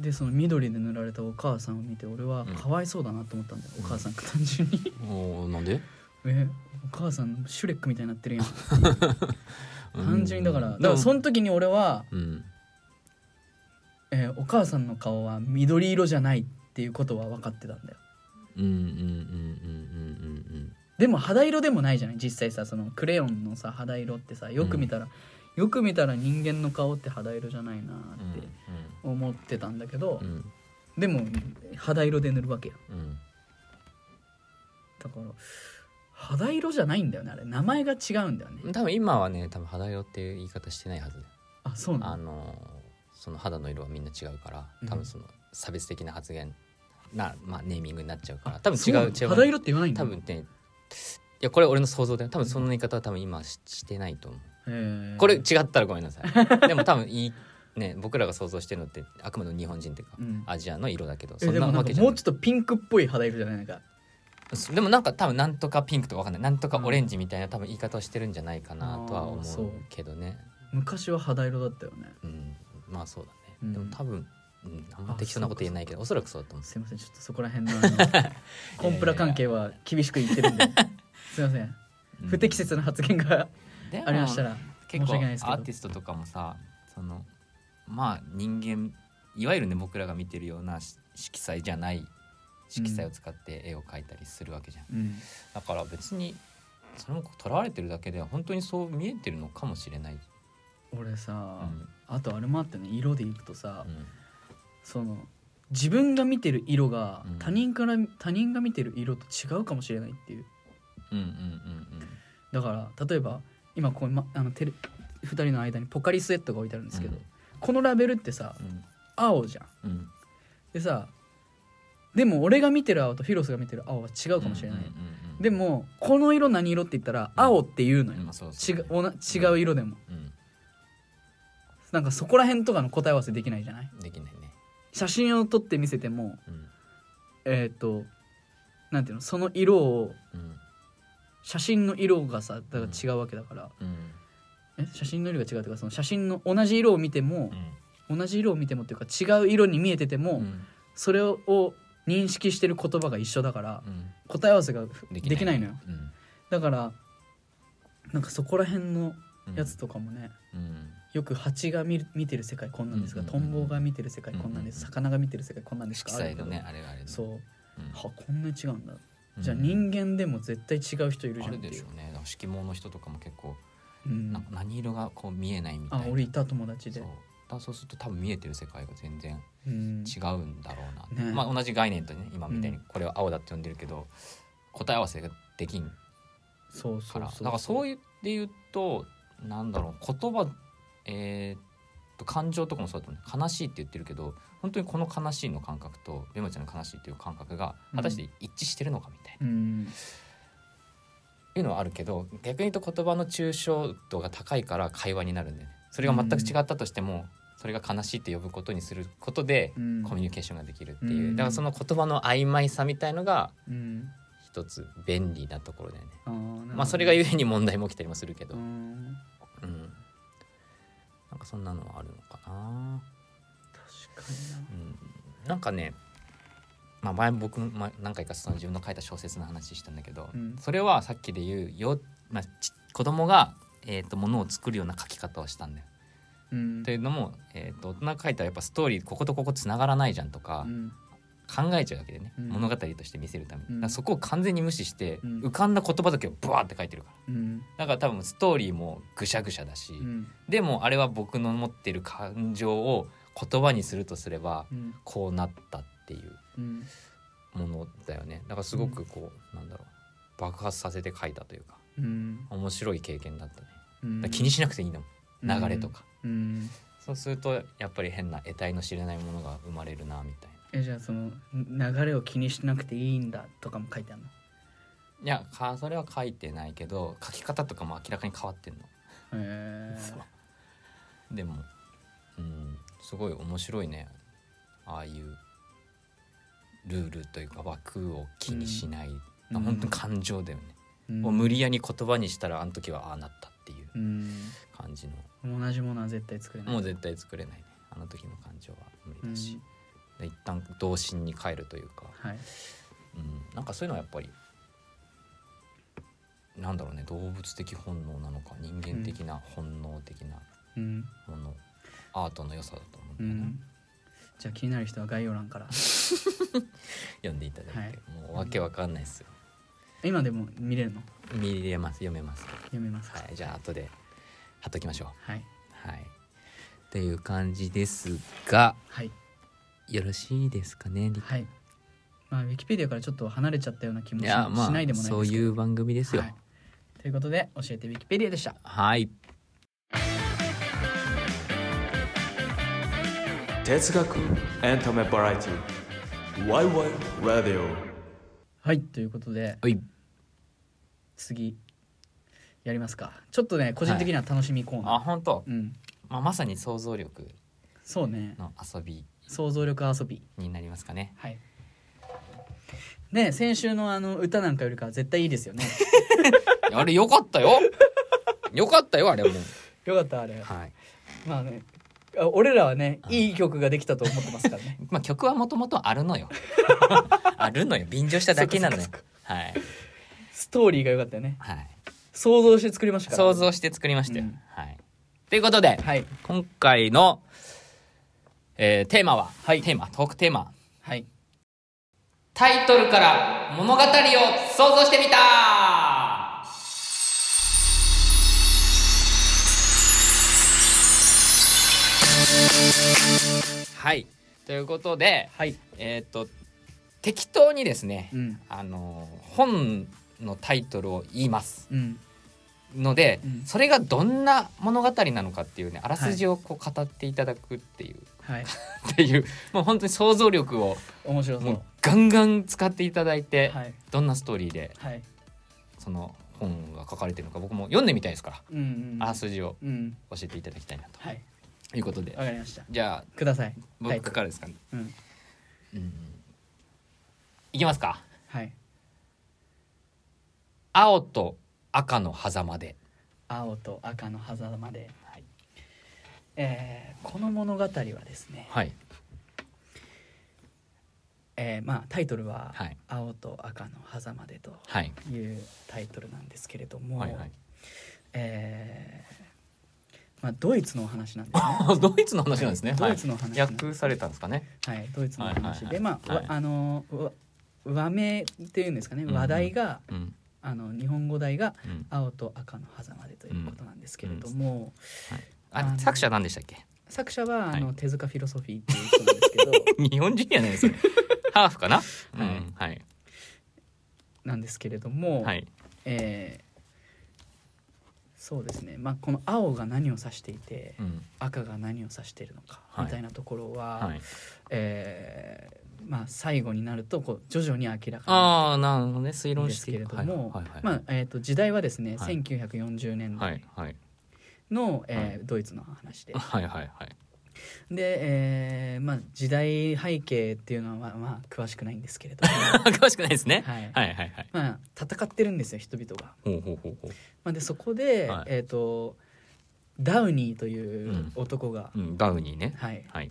[SPEAKER 2] でその緑で塗られたお母さんを見て俺は
[SPEAKER 1] うん
[SPEAKER 2] かわいそうだなと思ったんだよ、お母さんが単純に
[SPEAKER 1] うんおーなんで
[SPEAKER 2] えお母さんシュレックみたいになって
[SPEAKER 1] *laughs*
[SPEAKER 2] るやん単純にだからだからそ
[SPEAKER 1] ん
[SPEAKER 2] の時に俺は、
[SPEAKER 1] うん
[SPEAKER 2] えーお母さんの顔は緑色じゃないっていうことは分かってたんだよ
[SPEAKER 1] うんうんうんうんうん
[SPEAKER 2] でも肌色でもないじゃない実際さそのクレヨンのさ肌色ってさよく見たら、よく見たら人間の顔って肌色じゃないな
[SPEAKER 1] うんうん
[SPEAKER 2] って思ってたんだけど
[SPEAKER 1] う、ん
[SPEAKER 2] でも肌色で塗るわけよ
[SPEAKER 1] うん
[SPEAKER 2] だから肌色じゃないんだよねあれ名前が違うんだよね
[SPEAKER 1] うん多分今はね多分肌色っていう言い方してないはずだよ
[SPEAKER 2] あそうな
[SPEAKER 1] あ
[SPEAKER 2] の
[SPEAKER 1] のーその肌の色はみんな違うから
[SPEAKER 2] うん
[SPEAKER 1] 多分その差別的な発言なまあネーミングになっちゃうから多
[SPEAKER 2] 多
[SPEAKER 1] 分違う違う
[SPEAKER 2] 肌色って言わないんだ
[SPEAKER 1] 多分ねいやこれ俺の想像だよ多分その言い方は多分今ししてないと思う
[SPEAKER 2] えー
[SPEAKER 1] これ違ったらごめんなさ
[SPEAKER 2] *laughs*
[SPEAKER 1] いでも多分いいね僕らが想像してるのってあくまでも日本人っていうか、
[SPEAKER 2] うん
[SPEAKER 1] アジアの色だけど
[SPEAKER 2] え
[SPEAKER 1] そん
[SPEAKER 2] で
[SPEAKER 1] な
[SPEAKER 2] もなん
[SPEAKER 1] わ
[SPEAKER 2] か
[SPEAKER 1] けじゃ
[SPEAKER 2] も
[SPEAKER 1] な
[SPEAKER 2] う
[SPEAKER 1] い
[SPEAKER 2] ちょっとピンクっぽい肌色じゃないなんか
[SPEAKER 1] そうでもなんか多分なんとかピンクとかわかんないなんとかオレンジみたいな多分言い方をしてるんじゃないかなとは
[SPEAKER 2] あー
[SPEAKER 1] 思
[SPEAKER 2] そう
[SPEAKER 1] うけどね
[SPEAKER 2] 昔は肌色だったよね
[SPEAKER 1] うんまあそうだね、
[SPEAKER 2] うん
[SPEAKER 1] でも多分、うん、あんま適当なこと言えないけどおそらくそうだと思う
[SPEAKER 2] すいませんちょっとそこら
[SPEAKER 1] *laughs*
[SPEAKER 2] 辺のあのコンプラ関係は厳しく言ってるんですいません
[SPEAKER 1] うん
[SPEAKER 2] 不適切な発言が
[SPEAKER 1] でも
[SPEAKER 2] ありましたら
[SPEAKER 1] 結構
[SPEAKER 2] 申し
[SPEAKER 1] ア
[SPEAKER 2] 訳ないですけど
[SPEAKER 1] ーティストとかもさそのまあ人間いわゆるね僕らが見てるようなし色彩じゃない色彩を使って絵を描いたりするわけじゃん、
[SPEAKER 2] うん
[SPEAKER 1] だから別にそれもとらわれてるだけで本当にそう見えてるのかもしれない、
[SPEAKER 2] 俺
[SPEAKER 1] う
[SPEAKER 2] さ
[SPEAKER 1] ん
[SPEAKER 2] あとあれもあってね色でいくとさ
[SPEAKER 1] うん
[SPEAKER 2] その自分が見てる色が
[SPEAKER 1] うん
[SPEAKER 2] 他人から他人が見てる色と違うかもしれないっていう
[SPEAKER 1] うんうん
[SPEAKER 2] だから例えば今ここに、ま、あのテレ2人の間にポカリスエットが置いてあるんですけど、
[SPEAKER 1] うん
[SPEAKER 2] このラベルってさ
[SPEAKER 1] うんうん
[SPEAKER 2] 青じゃ
[SPEAKER 1] う
[SPEAKER 2] ん
[SPEAKER 1] ん
[SPEAKER 2] でさでも俺が見てる青とフィロスが見てる青は違うかもしれない、
[SPEAKER 1] うんうんうんうん
[SPEAKER 2] でもこの色何色って言ったら青って言うのよ、
[SPEAKER 1] うんまあそうです
[SPEAKER 2] 違
[SPEAKER 1] ね
[SPEAKER 2] うおな違う色でも
[SPEAKER 1] う
[SPEAKER 2] なんかそこら辺とかの答え合わせできないじゃない
[SPEAKER 1] んできないね、
[SPEAKER 2] 写真を撮って見せても
[SPEAKER 1] うん
[SPEAKER 2] えっ、となんていうのその色を
[SPEAKER 1] うん
[SPEAKER 2] 写真の色がさだから違うわけだから、
[SPEAKER 1] うん
[SPEAKER 2] え写真の色が違うっていうかその写真の同じ色を見ても
[SPEAKER 1] う、ん
[SPEAKER 2] 同じ色を見てもっていうか違う色に見えてても、
[SPEAKER 1] うん
[SPEAKER 2] それを認識してる言葉が一緒だから
[SPEAKER 1] うん
[SPEAKER 2] 答え合わせができないのよ、
[SPEAKER 1] うん
[SPEAKER 2] だからなんかそこら辺の
[SPEAKER 1] うん
[SPEAKER 2] やつとかもね、
[SPEAKER 1] うん
[SPEAKER 2] よく蜂が見る見てる世界こんなんですが、
[SPEAKER 1] うんうん
[SPEAKER 2] ト
[SPEAKER 1] うん
[SPEAKER 2] ンボが見てる世界こんなんです、
[SPEAKER 1] うんうんうん
[SPEAKER 2] 魚が見てる世界こんなんです
[SPEAKER 1] 色
[SPEAKER 2] かある
[SPEAKER 1] 彩
[SPEAKER 2] けど
[SPEAKER 1] のねあれはあれで
[SPEAKER 2] そう
[SPEAKER 1] うん
[SPEAKER 2] はこんなに違うんだ、
[SPEAKER 1] うん
[SPEAKER 2] じゃあ人間でも絶対違う人いるじ
[SPEAKER 1] あ
[SPEAKER 2] ゃん
[SPEAKER 1] れ
[SPEAKER 2] って
[SPEAKER 1] で
[SPEAKER 2] い
[SPEAKER 1] しょ
[SPEAKER 2] う、
[SPEAKER 1] うねだから色盲の人とかも結構
[SPEAKER 2] うん
[SPEAKER 1] なんか何色がこう見えないみたい
[SPEAKER 2] あ
[SPEAKER 1] な
[SPEAKER 2] 俺いた友達
[SPEAKER 1] そ
[SPEAKER 2] で
[SPEAKER 1] うだからそうすると多分見えてる世界が全然
[SPEAKER 2] うん
[SPEAKER 1] 違うんだろうな、
[SPEAKER 2] ね
[SPEAKER 1] まあ同じ概念とね今みたいに
[SPEAKER 2] うん
[SPEAKER 1] これは青だって呼んでるけど、答え合わせができんか
[SPEAKER 2] そうそう
[SPEAKER 1] ら
[SPEAKER 2] そう
[SPEAKER 1] だからそういうで言うとなんだろう言葉えーっと感情とかもそうだと思う悲しいって言ってるけど本当にこの悲しいの感覚とベマちゃんの悲しいっていう感覚が果たして一致してるのかみたいな。
[SPEAKER 2] うん
[SPEAKER 1] いうのはあるけど逆に言うと言葉の抽象度が高いから会話になるんで、ね、それが全く違ったとしても、それが悲しいって呼ぶことにすることで、
[SPEAKER 2] うん
[SPEAKER 1] コミュニケーションができるっていう、
[SPEAKER 2] うん
[SPEAKER 1] だからその言葉の曖昧さみたいのが
[SPEAKER 2] うん
[SPEAKER 1] 一つ便利なところだよね。
[SPEAKER 2] あーなるほど
[SPEAKER 1] まあそれがゆえに問題も起きたりもするけど、
[SPEAKER 2] う
[SPEAKER 1] うん
[SPEAKER 2] ん
[SPEAKER 1] なんかそんなのはあるのかな。
[SPEAKER 2] 確かに
[SPEAKER 1] う
[SPEAKER 2] な
[SPEAKER 1] ん、なんかね、まあ、前僕もまあ何回かその自分の書いた小説の話したんだけど、
[SPEAKER 2] うん
[SPEAKER 1] それはさっきで言うよ、まあ、ち子供がえー、とものを作るような書き方をしたんだよ。
[SPEAKER 2] うん
[SPEAKER 1] というのも、えー、と大人が書いたらやっぱストーリーこことここつながらないじゃんとか
[SPEAKER 2] うん
[SPEAKER 1] 考えちゃうわけでね、
[SPEAKER 2] うん
[SPEAKER 1] 物語として見せるために、
[SPEAKER 2] う
[SPEAKER 1] だ
[SPEAKER 2] ん
[SPEAKER 1] からそこを完全に無視して、
[SPEAKER 2] うん
[SPEAKER 1] 浮かんだ言葉だけをブワーって書いてるから
[SPEAKER 2] うん
[SPEAKER 1] だから多分ストーリーもぐしゃぐしゃだし、
[SPEAKER 2] うん
[SPEAKER 1] でもあれは僕の持ってる感情を言葉にするとすれば
[SPEAKER 2] うん
[SPEAKER 1] こうなったっていう
[SPEAKER 2] うん
[SPEAKER 1] ものだよねだからすごくこう、なんだろう爆発させて書いたというか
[SPEAKER 2] うん
[SPEAKER 1] 面白い経験だったね
[SPEAKER 2] うん
[SPEAKER 1] だから気にしなくていいの流れとか、
[SPEAKER 2] うん
[SPEAKER 1] そうするとやっぱり変な得体の知れないものが生まれるなみたいな
[SPEAKER 2] えじゃあその流れを気にしなくていいんだとかも書いてあるの
[SPEAKER 1] いやかそれは書いてないけど書き方とかも明らかに変わってんの、
[SPEAKER 2] へえ
[SPEAKER 1] でもうんすごい面白いねああいうルールというか枠を気にしない、
[SPEAKER 2] うん
[SPEAKER 1] 本当に感情だよね、
[SPEAKER 2] うん
[SPEAKER 1] もう無理やり言葉にしたらあの時はああなったっていう
[SPEAKER 2] うん
[SPEAKER 1] 感じの
[SPEAKER 2] 同じものは絶対作れない
[SPEAKER 1] もう絶対作れないねあの時の感情は無理だし、で一旦童心に帰るというか、
[SPEAKER 2] うんはい
[SPEAKER 1] うん、なんかそういうのはやっぱりなんだろうね動物的本能なのか人間的な本能的な
[SPEAKER 2] うん
[SPEAKER 1] もの、アートの良さだと思う
[SPEAKER 2] うん
[SPEAKER 1] だよね、
[SPEAKER 2] んじゃあ気になる人は概要欄から *laughs*
[SPEAKER 1] 読んでいただいて、もうわけわかんないですよ
[SPEAKER 2] 今でも見れるの
[SPEAKER 1] 見れます読めます
[SPEAKER 2] 読めますか
[SPEAKER 1] はいじゃあ後で貼っときましょう
[SPEAKER 2] はい
[SPEAKER 1] はいっていう感じですが
[SPEAKER 2] はい
[SPEAKER 1] よろしいですかねリッ
[SPEAKER 2] はいまあウィキペディアからちょっと離れちゃったような気もし
[SPEAKER 1] いやまあ
[SPEAKER 2] しないでもないですけ
[SPEAKER 1] そ
[SPEAKER 2] ど
[SPEAKER 1] ういう番組ですよ
[SPEAKER 2] はいということで教えてウィキペディアでした
[SPEAKER 1] はい
[SPEAKER 3] 哲学エンタメバラエティ YY ラディオ
[SPEAKER 2] はいということで
[SPEAKER 1] はい
[SPEAKER 2] 次やりますかちょっとね個人的には楽しみコーナー、
[SPEAKER 1] あ本当、
[SPEAKER 2] うん
[SPEAKER 1] まあ、まさに想像力
[SPEAKER 2] そうね
[SPEAKER 1] の遊び
[SPEAKER 2] 想像力遊び
[SPEAKER 1] になりますかね
[SPEAKER 2] はいね先週のあの歌なんかよりかは絶対いいですよね
[SPEAKER 1] *laughs* あれよかったよよかったよあれも
[SPEAKER 2] *laughs* よかったあれ
[SPEAKER 1] はい、
[SPEAKER 2] まあねあ俺らはねいい曲ができたと思ってますから *laughs* ね
[SPEAKER 1] まあ、曲はもともとある
[SPEAKER 2] *laughs*
[SPEAKER 1] のよあるのよ便乗しただけなのよ
[SPEAKER 2] そっか
[SPEAKER 1] はい、
[SPEAKER 2] ストーリーがよかったよね
[SPEAKER 1] はい、
[SPEAKER 2] 想像して作りましたから、
[SPEAKER 1] 想像して作りましたよ、
[SPEAKER 2] うん
[SPEAKER 1] はいということで、
[SPEAKER 2] はい
[SPEAKER 1] 今回の、えーテーマは、テーマトークテーマ
[SPEAKER 2] はい
[SPEAKER 1] タイトルから物語を想像してみたはいということで
[SPEAKER 2] はい
[SPEAKER 1] えっ、と適当にですね、
[SPEAKER 2] うん
[SPEAKER 1] あの本のタイトルを言います
[SPEAKER 2] うん
[SPEAKER 1] ので、
[SPEAKER 2] うん
[SPEAKER 1] それがどんな物語なのかっていうねあらすじをこう語っていただくっていう、 *laughs*
[SPEAKER 2] はい
[SPEAKER 1] っていうもう本当に想像力を
[SPEAKER 2] *laughs* 面白そ
[SPEAKER 1] も
[SPEAKER 2] う
[SPEAKER 1] うガンガン使っていただいて、
[SPEAKER 2] はい
[SPEAKER 1] どんなストーリーで
[SPEAKER 2] はい
[SPEAKER 1] その本が書かれてるのか僕も読んでみたいですから、
[SPEAKER 2] うんうん
[SPEAKER 1] あらすじを
[SPEAKER 2] うん
[SPEAKER 1] 教えていただきたいな
[SPEAKER 2] はい
[SPEAKER 1] ということで、
[SPEAKER 2] わかりました
[SPEAKER 1] じゃあ
[SPEAKER 2] くださいタイト
[SPEAKER 1] 僕
[SPEAKER 2] ル
[SPEAKER 1] からですかね、
[SPEAKER 2] うん
[SPEAKER 1] うんいきますか
[SPEAKER 2] はい
[SPEAKER 1] 青と赤の狭間で、
[SPEAKER 2] 青と赤の狭間で、
[SPEAKER 1] はい
[SPEAKER 2] えーこの物語はですね、
[SPEAKER 1] はい
[SPEAKER 2] えーまあ、タイトルは
[SPEAKER 1] はい
[SPEAKER 2] 「青と赤の狭間で」と
[SPEAKER 1] はい
[SPEAKER 2] いうタイトルなんですけれども、
[SPEAKER 1] はいはい
[SPEAKER 2] えーまあ、ドイツのお話なんですね。
[SPEAKER 1] あ *laughs* ドイツの話なんですね、
[SPEAKER 2] ドイツの話なんです
[SPEAKER 1] 訳されたんですかね
[SPEAKER 2] はい、ドイツのお話
[SPEAKER 1] はいはいはい
[SPEAKER 2] で、まあ、
[SPEAKER 1] は
[SPEAKER 2] わ
[SPEAKER 1] い
[SPEAKER 2] あのーわ和名っていうんですかね、
[SPEAKER 1] うんうん
[SPEAKER 2] 話題が
[SPEAKER 1] うん
[SPEAKER 2] あの日本語題が
[SPEAKER 1] うん
[SPEAKER 2] 青と赤の狭間でということなんですけれども、あ
[SPEAKER 1] あ
[SPEAKER 2] の
[SPEAKER 1] 作者何でしたっけ *laughs*
[SPEAKER 2] 作者はあの、
[SPEAKER 1] はい
[SPEAKER 2] 手塚フィロソフィーっていう人なんですけ
[SPEAKER 1] *laughs*
[SPEAKER 2] ど
[SPEAKER 1] 日本人やね
[SPEAKER 2] *laughs*
[SPEAKER 1] それハーフかなうんはい
[SPEAKER 2] なんですけれども、
[SPEAKER 1] はい
[SPEAKER 2] えーそうですね、まあ、この青が何を指していて、
[SPEAKER 1] うん
[SPEAKER 2] 赤が何を指しているのか
[SPEAKER 1] はい
[SPEAKER 2] みたいなところは、
[SPEAKER 1] はい
[SPEAKER 2] えーまあ、最後になるとこう徐々に明らか
[SPEAKER 1] ああなるほどね推
[SPEAKER 2] になるん
[SPEAKER 1] 論
[SPEAKER 2] で
[SPEAKER 1] し
[SPEAKER 2] す
[SPEAKER 1] て
[SPEAKER 2] け
[SPEAKER 1] い
[SPEAKER 2] れ
[SPEAKER 1] く
[SPEAKER 2] ども、
[SPEAKER 1] はいはいはい
[SPEAKER 2] まあえー、と時代はですね、
[SPEAKER 1] はい
[SPEAKER 2] 1940年
[SPEAKER 1] は
[SPEAKER 2] 代
[SPEAKER 1] いはい
[SPEAKER 2] の、えードイツの話で
[SPEAKER 1] はいはいはい *laughs*
[SPEAKER 2] で、えーまあ、時代背景っていうのは、まあ、詳しくないんですけれ
[SPEAKER 1] *laughs*
[SPEAKER 2] ども、
[SPEAKER 1] 詳しくないですね
[SPEAKER 2] はい
[SPEAKER 1] はいはいはい
[SPEAKER 2] まあ、戦ってるんですよ人々が。
[SPEAKER 1] ほうほうほうほう
[SPEAKER 2] まあ、でそこで、
[SPEAKER 1] はい
[SPEAKER 2] えー、とダウニーというんう男が、
[SPEAKER 1] うんダウニーね
[SPEAKER 2] はい、
[SPEAKER 1] はい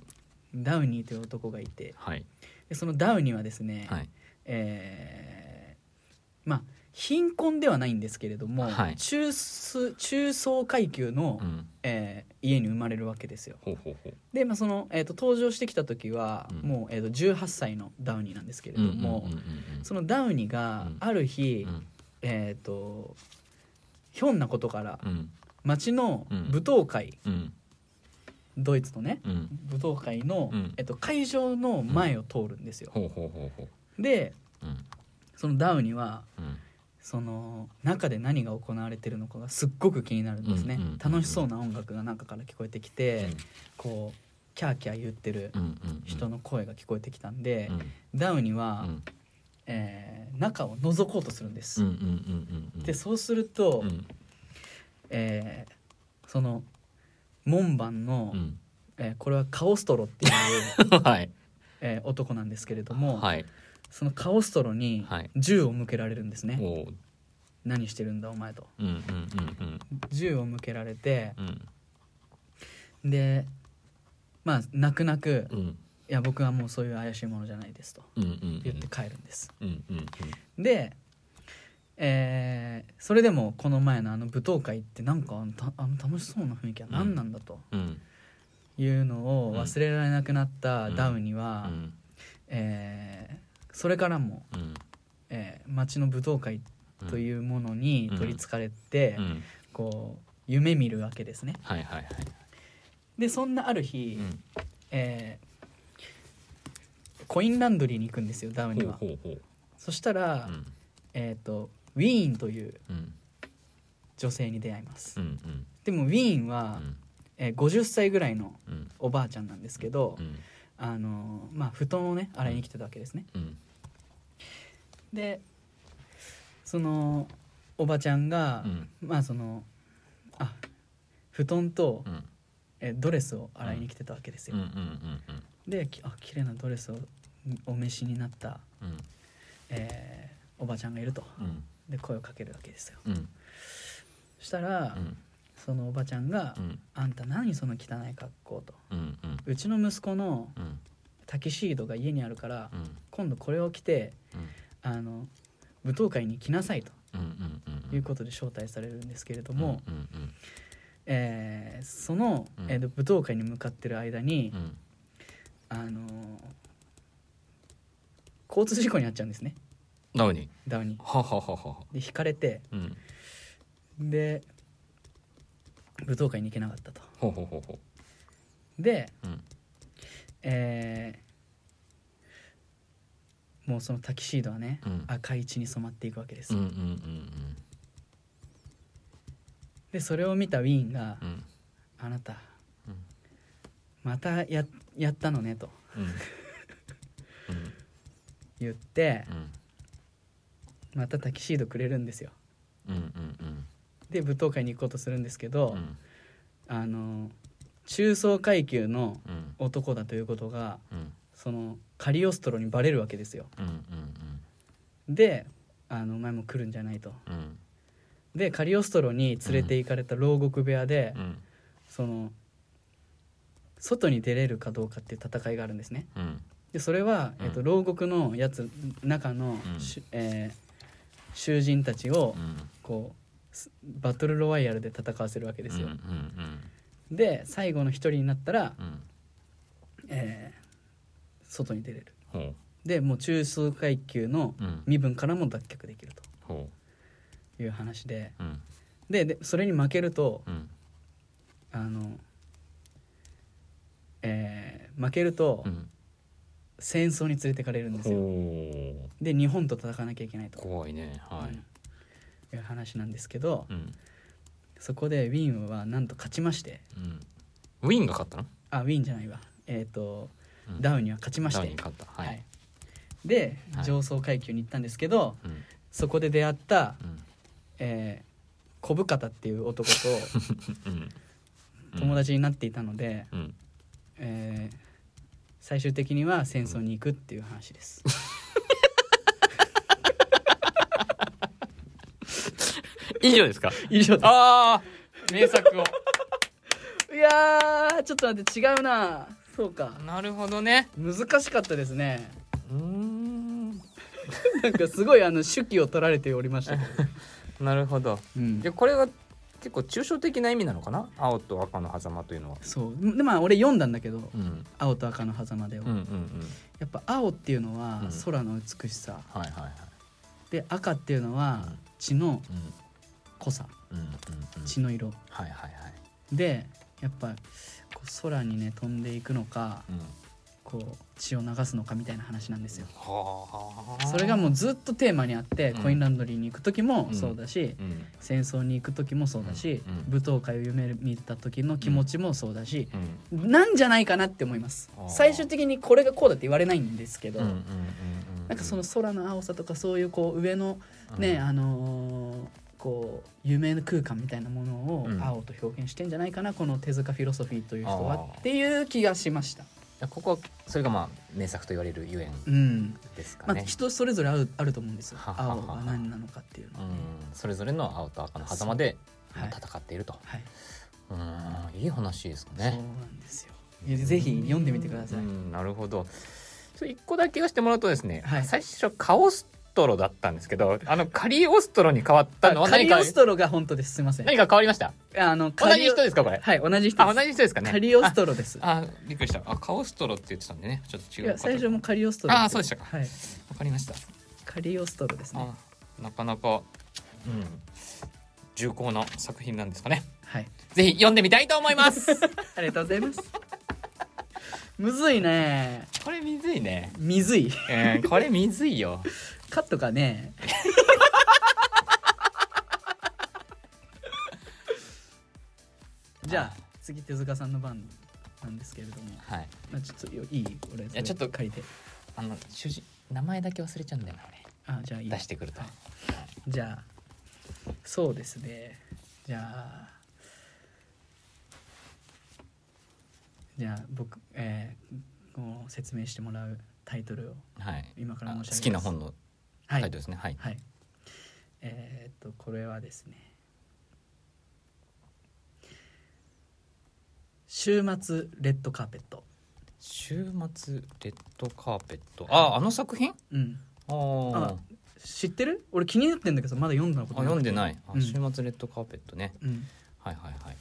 [SPEAKER 2] ダウニーという男がいて
[SPEAKER 1] はい
[SPEAKER 2] でそのダウニーはですね、
[SPEAKER 1] はい
[SPEAKER 2] えーまあ貧困ではないんですけれども、
[SPEAKER 1] はい
[SPEAKER 2] 中枢中層階級の、
[SPEAKER 1] うん
[SPEAKER 2] えー家に生まれるわけですよ
[SPEAKER 1] ほうほうほう
[SPEAKER 2] で、まあそのえー、と登場してきた時は、
[SPEAKER 1] うん
[SPEAKER 2] もう、えー、と18歳のダウニーなんですけれど
[SPEAKER 1] うん
[SPEAKER 2] も、
[SPEAKER 1] うんうんうん
[SPEAKER 2] そのダウニーが
[SPEAKER 1] うん
[SPEAKER 2] ある日、
[SPEAKER 1] うん
[SPEAKER 2] えっ、とひょんなことから
[SPEAKER 1] うん
[SPEAKER 2] 町の
[SPEAKER 1] うん
[SPEAKER 2] 舞踏会、
[SPEAKER 1] うん
[SPEAKER 2] ドイツのね
[SPEAKER 1] うん
[SPEAKER 2] 舞踏会の、
[SPEAKER 1] うん
[SPEAKER 2] えっと会場の前を通るんですよ。
[SPEAKER 1] ほうほうほうほ
[SPEAKER 2] で
[SPEAKER 1] ううん
[SPEAKER 2] そのダウには
[SPEAKER 1] うん
[SPEAKER 2] その中で何が行われてるのかがすっごく気になるんですね。
[SPEAKER 1] うんうんうんうん
[SPEAKER 2] 楽しそうな音楽が中から聞こえてきて、
[SPEAKER 1] うん
[SPEAKER 2] こうキャーキャー言ってる
[SPEAKER 1] うんうんうん
[SPEAKER 2] 人の声が聞こえてきたんで、
[SPEAKER 1] うん
[SPEAKER 2] ダウに
[SPEAKER 1] う
[SPEAKER 2] は、
[SPEAKER 1] ん
[SPEAKER 2] えー中を覗こうとするんで
[SPEAKER 1] う
[SPEAKER 2] す。
[SPEAKER 1] んうんうんうん
[SPEAKER 2] でそうすると、
[SPEAKER 1] うん
[SPEAKER 2] えーその門番の、
[SPEAKER 1] うん
[SPEAKER 2] えーこれはカオストロ
[SPEAKER 1] *laughs*
[SPEAKER 2] っていう、
[SPEAKER 1] はい
[SPEAKER 2] えー男なんですけれども、
[SPEAKER 1] はい
[SPEAKER 2] そのカオストロに
[SPEAKER 1] はい
[SPEAKER 2] 銃を向けられるんですね、
[SPEAKER 1] おう
[SPEAKER 2] 何してるんだお前と
[SPEAKER 1] うんうんうん
[SPEAKER 2] 銃を向けられて
[SPEAKER 1] うんうん
[SPEAKER 2] でまあ泣く泣く「
[SPEAKER 1] うん
[SPEAKER 2] いや僕はもうそういう怪しいものじゃないです」と
[SPEAKER 1] うんうんうん
[SPEAKER 2] 言って帰るんです、
[SPEAKER 1] うんうんうん
[SPEAKER 2] で、えーそれでもこの前のあの舞踏会ってなんかあのたあの楽しそうな雰囲気は何なんだと
[SPEAKER 1] うん
[SPEAKER 2] いうのを忘れられなくなったダウには、
[SPEAKER 1] うん
[SPEAKER 2] えーそれからも、
[SPEAKER 1] うん
[SPEAKER 2] えー町の舞踏会というものに取りつかれて、
[SPEAKER 1] うん
[SPEAKER 2] こう夢見るわけですね
[SPEAKER 1] はいはいはい
[SPEAKER 2] でそんなある日、
[SPEAKER 1] うん
[SPEAKER 2] えーコインランドリーに行くんですよダウ
[SPEAKER 1] ほ
[SPEAKER 2] に
[SPEAKER 1] う
[SPEAKER 2] は
[SPEAKER 1] ほうほう
[SPEAKER 2] そしたら、
[SPEAKER 1] うん
[SPEAKER 2] えー、とウィーンという
[SPEAKER 1] うん
[SPEAKER 2] 女性に出会います、
[SPEAKER 1] うんうん
[SPEAKER 2] でもウィーンは、えー50歳ぐらいの
[SPEAKER 1] うん
[SPEAKER 2] おばあちゃんなんですけど、
[SPEAKER 1] うん
[SPEAKER 2] あのーまあ布団をね洗いに来てたわけですね、
[SPEAKER 1] うん
[SPEAKER 2] でそのおばちゃんが、
[SPEAKER 1] うん
[SPEAKER 2] まあそのあ布団と、
[SPEAKER 1] うん
[SPEAKER 2] えドレスを洗いに来てたわけです
[SPEAKER 1] うん
[SPEAKER 2] よ、
[SPEAKER 1] うんうんうん
[SPEAKER 2] できあ綺麗なドレスをお召しになった、
[SPEAKER 1] うん
[SPEAKER 2] えーおばちゃんがいると
[SPEAKER 1] うん
[SPEAKER 2] で声をかけるわけですよ
[SPEAKER 1] うん
[SPEAKER 2] そしたら、
[SPEAKER 1] うん
[SPEAKER 2] そのおばちゃんが「
[SPEAKER 1] うん
[SPEAKER 2] あんた何その汚い格好」と
[SPEAKER 1] うんうん
[SPEAKER 2] 「うちの息子の
[SPEAKER 1] うん
[SPEAKER 2] タキシードが家にあるから、
[SPEAKER 1] うん
[SPEAKER 2] 今度これを着て
[SPEAKER 1] うん
[SPEAKER 2] あの舞踏会に来なさい」と
[SPEAKER 1] うんうんうん
[SPEAKER 2] いうことで招待されるんですけれども、
[SPEAKER 1] うんうん
[SPEAKER 2] えーその、
[SPEAKER 1] うん
[SPEAKER 2] えーと舞踏会に向かってる間に
[SPEAKER 1] う、ん
[SPEAKER 2] あのー交通事故に遭っちゃうんですね
[SPEAKER 1] なのに
[SPEAKER 2] ダウに。
[SPEAKER 1] ははははは
[SPEAKER 2] で引かれて
[SPEAKER 1] うん
[SPEAKER 2] で舞踏会に行けなかったと。
[SPEAKER 1] ほうほうほうほ
[SPEAKER 2] で
[SPEAKER 1] ううん
[SPEAKER 2] えーもうそのタキシードはね、
[SPEAKER 1] うん
[SPEAKER 2] 赤い血に染まっていくわけです
[SPEAKER 1] うん
[SPEAKER 2] よ、
[SPEAKER 1] うんうん
[SPEAKER 2] でそれを見たウィーンが
[SPEAKER 1] うんうん
[SPEAKER 2] 「あなた、
[SPEAKER 1] うん
[SPEAKER 2] またややったのね」と
[SPEAKER 1] うん
[SPEAKER 2] 言って
[SPEAKER 1] うん
[SPEAKER 2] またタキシードくれるんですよ
[SPEAKER 1] うんうんうん
[SPEAKER 2] で舞踏会に行こうとするんですけど、
[SPEAKER 1] うん
[SPEAKER 2] あの中層階級の
[SPEAKER 1] うん
[SPEAKER 2] 男だということが
[SPEAKER 1] うん
[SPEAKER 2] そのカリオストロにバレるわけですよ
[SPEAKER 1] うんうん
[SPEAKER 2] であのお前も来るんじゃないと
[SPEAKER 1] うんうん
[SPEAKER 2] でカリオストロに連れて行かれた牢獄部屋で、
[SPEAKER 1] うん
[SPEAKER 2] その外に出れるかどうかっていう戦いがあるんですね
[SPEAKER 1] うん
[SPEAKER 2] でそれは、
[SPEAKER 1] うん
[SPEAKER 2] えっと牢獄のやつ中の、
[SPEAKER 1] うん
[SPEAKER 2] しゅえー囚人たちを
[SPEAKER 1] うん
[SPEAKER 2] こうすバトルロワイヤルで戦わせるわけですよ
[SPEAKER 1] うん、うん
[SPEAKER 2] で最後の一人になったら、
[SPEAKER 1] うんうん
[SPEAKER 2] えー外に出れる
[SPEAKER 1] ほう
[SPEAKER 2] でもう中枢階級の
[SPEAKER 1] うん
[SPEAKER 2] 身分からも脱却できる
[SPEAKER 1] ほ
[SPEAKER 2] という話で
[SPEAKER 1] ううん
[SPEAKER 2] ででそれに負けると
[SPEAKER 1] うん
[SPEAKER 2] あの、えー負けると、
[SPEAKER 1] うん
[SPEAKER 2] 戦争に連れてかれるんですよ
[SPEAKER 1] ほう
[SPEAKER 2] で日本と戦わなきゃいけないと、
[SPEAKER 1] 怖いねは
[SPEAKER 2] うん
[SPEAKER 1] い
[SPEAKER 2] いう話なんですけど、
[SPEAKER 1] うん
[SPEAKER 2] そこでウィーンはなんと勝ちまして
[SPEAKER 1] うんウィンが勝ったの
[SPEAKER 2] あウィーンじゃないわえっ、と、
[SPEAKER 1] うん
[SPEAKER 2] ダウンには勝ちまし
[SPEAKER 1] ダウ
[SPEAKER 2] て
[SPEAKER 1] ンに勝ったはい、
[SPEAKER 2] はいで
[SPEAKER 1] はい
[SPEAKER 2] 上層階級に行ったんですけど、
[SPEAKER 1] うん
[SPEAKER 2] そこで出会った、
[SPEAKER 1] うん
[SPEAKER 2] えー、小深田っていう
[SPEAKER 1] *laughs*
[SPEAKER 2] 男と
[SPEAKER 1] うん
[SPEAKER 2] 友達になっていたので、
[SPEAKER 1] うん
[SPEAKER 2] えー最終的には戦争に行くっていう話です。
[SPEAKER 1] 以上ですか
[SPEAKER 2] 以上で
[SPEAKER 1] ああ名作を
[SPEAKER 2] すいやーちょっと待って違うなそうか
[SPEAKER 1] なるほどね
[SPEAKER 2] 難しかったですね。
[SPEAKER 1] うーん
[SPEAKER 2] *laughs* なんかすごいあの手記を取られておりましたけ
[SPEAKER 1] *laughs*
[SPEAKER 2] ど、
[SPEAKER 1] なるほど
[SPEAKER 2] うん
[SPEAKER 1] で、これは結構抽象的な意味なのかな青と赤の狭間というのは、
[SPEAKER 2] そうでまあ俺読んだんだけど、
[SPEAKER 1] うん、うん
[SPEAKER 2] 青と赤の狭間でを、
[SPEAKER 1] うんうん
[SPEAKER 2] やっぱ青っていうのは
[SPEAKER 1] うん
[SPEAKER 2] 空の美しさ、
[SPEAKER 1] はいはいはい
[SPEAKER 2] で赤っていうのは
[SPEAKER 1] うん
[SPEAKER 2] 血の
[SPEAKER 1] うん
[SPEAKER 2] 濃さ
[SPEAKER 1] うんうんうん
[SPEAKER 2] 血の色
[SPEAKER 1] はいはいはい
[SPEAKER 2] でやっぱこう空にね飛んでいくのか
[SPEAKER 1] うん
[SPEAKER 2] こう血を流すのかみたいな話なんですよ。
[SPEAKER 1] はあ
[SPEAKER 2] それがもうずっとテーマにあって、
[SPEAKER 1] うん
[SPEAKER 2] コインランドリーに行く時もそうだし、
[SPEAKER 1] うん
[SPEAKER 2] 戦争に行く時もそうだし、
[SPEAKER 1] うんうん
[SPEAKER 2] 舞踏会を夢見た時の気持ちもそうだし、
[SPEAKER 1] うん
[SPEAKER 2] なんじゃないかなって思います
[SPEAKER 1] あー
[SPEAKER 2] 最終的にこれがこうだって言われないんですけど、
[SPEAKER 1] うんうんうん
[SPEAKER 2] なんかその空の青さとかそういうこう上のね、
[SPEAKER 1] うん
[SPEAKER 2] あのーこう夢の空間みたいなものを
[SPEAKER 1] うん
[SPEAKER 2] 青と表現してんじゃないかな、この手塚フィロソフィーという人は
[SPEAKER 1] あー
[SPEAKER 2] っていう気がしました。
[SPEAKER 1] ここはそれがまあ名作と言われるゆえん
[SPEAKER 2] うん
[SPEAKER 1] ですか
[SPEAKER 2] まあ、
[SPEAKER 1] ね、
[SPEAKER 2] 人それぞれあるあると思うんですよ
[SPEAKER 1] ははは
[SPEAKER 2] 青が何なのかっていうのは、
[SPEAKER 1] うんそれぞれの青と赤の狭間で
[SPEAKER 2] そうはい
[SPEAKER 1] まあ戦っていると、
[SPEAKER 2] はい、
[SPEAKER 1] うんいい話ですか
[SPEAKER 2] そう
[SPEAKER 1] ね
[SPEAKER 2] なんですよいやぜひ読んでみてください、
[SPEAKER 1] うんなるほどちょ一個だけ言わせてもらうとですね、
[SPEAKER 2] はい
[SPEAKER 1] 最初カオストロだったんですけどあのカリオストロに変わったのは
[SPEAKER 2] カ
[SPEAKER 1] 何
[SPEAKER 2] リ
[SPEAKER 1] か
[SPEAKER 2] オストロが本当ですすいません
[SPEAKER 1] 何か変わりました
[SPEAKER 2] あの
[SPEAKER 1] 同
[SPEAKER 2] カ
[SPEAKER 1] じ
[SPEAKER 2] リオ
[SPEAKER 1] 人ですかこれ
[SPEAKER 2] はい同じ人
[SPEAKER 1] あ
[SPEAKER 2] です
[SPEAKER 1] 同じ人ですかね
[SPEAKER 2] カリオストロです
[SPEAKER 1] ああびっくりしたあカオストロって言ってたんでねちょっと違
[SPEAKER 2] い
[SPEAKER 1] う
[SPEAKER 2] や
[SPEAKER 1] かと
[SPEAKER 2] 最初もカリオストロ
[SPEAKER 1] あーそうでしたか
[SPEAKER 2] はい
[SPEAKER 1] わかりました
[SPEAKER 2] カリオストロですね
[SPEAKER 1] あなかなか、うん、重厚な作品なんですかね
[SPEAKER 2] はい
[SPEAKER 1] ぜひ読んでみたいと思います
[SPEAKER 2] *laughs* ありがとうございますむずいね
[SPEAKER 1] これむずいね
[SPEAKER 2] みずい
[SPEAKER 1] うんこれむずいよ
[SPEAKER 2] カット
[SPEAKER 1] *laughs*
[SPEAKER 2] かねじゃあ次手塚さんの番なんですけれども
[SPEAKER 1] はい
[SPEAKER 2] まあちょっとよいい俺それ
[SPEAKER 1] やちょっと
[SPEAKER 2] 借りて
[SPEAKER 1] あの主人名前だけ忘れちゃうんだよな俺
[SPEAKER 2] あじゃあいい
[SPEAKER 1] 出してくると
[SPEAKER 2] じゃあそうですねじゃあじゃあ僕、えー、こう説明してもらうタイトルを
[SPEAKER 1] はい
[SPEAKER 2] 今から
[SPEAKER 1] あ
[SPEAKER 2] 申
[SPEAKER 1] 好
[SPEAKER 2] し上げます
[SPEAKER 1] きな本のタ
[SPEAKER 2] は
[SPEAKER 1] イ
[SPEAKER 2] い
[SPEAKER 1] トルですねはい、
[SPEAKER 2] はいえー、っとこれはですね「週末レッドカーペット
[SPEAKER 1] 週末レッドカーペットああの作品」
[SPEAKER 2] うん
[SPEAKER 1] あー
[SPEAKER 2] あ知ってる俺気になってんだけどまだ読んだこと、
[SPEAKER 1] あ読んでないいあ、
[SPEAKER 2] うん
[SPEAKER 1] 週末レッドカーペットね
[SPEAKER 2] うん、
[SPEAKER 1] はいはいはい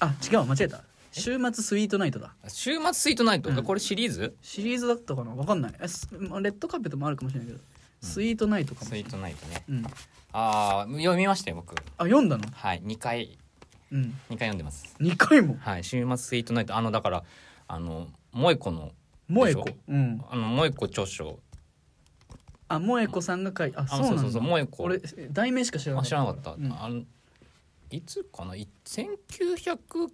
[SPEAKER 2] あ違う間違えた「週末スイートナイト」だ
[SPEAKER 1] あ週末スイートナイト、
[SPEAKER 2] うん
[SPEAKER 1] これシリーズ
[SPEAKER 2] シリーズだったかなわかんないえすまあレッドカーペットもあるかもしれないけど、スイートナイトかもし
[SPEAKER 1] スイ
[SPEAKER 2] れ
[SPEAKER 1] ー
[SPEAKER 2] ない、
[SPEAKER 1] トナイトね
[SPEAKER 2] うん、
[SPEAKER 1] ああ読みましたよ僕
[SPEAKER 2] あ読んだの
[SPEAKER 1] はい二回
[SPEAKER 2] うん
[SPEAKER 1] 二回読んでます
[SPEAKER 2] 2回も
[SPEAKER 1] はい週末スイートナイトあのだからあの萌子の
[SPEAKER 2] 萌え子
[SPEAKER 1] でし
[SPEAKER 2] うん
[SPEAKER 1] あの萌子著書
[SPEAKER 2] あ萌え子さんが書いあ
[SPEAKER 1] あ
[SPEAKER 2] そうなんだ
[SPEAKER 1] そうそうそう萌子
[SPEAKER 2] 俺題名しか知らな
[SPEAKER 1] あ
[SPEAKER 2] かっ
[SPEAKER 1] 知
[SPEAKER 2] た
[SPEAKER 1] らなかった、
[SPEAKER 2] うん
[SPEAKER 1] あのいつかない1998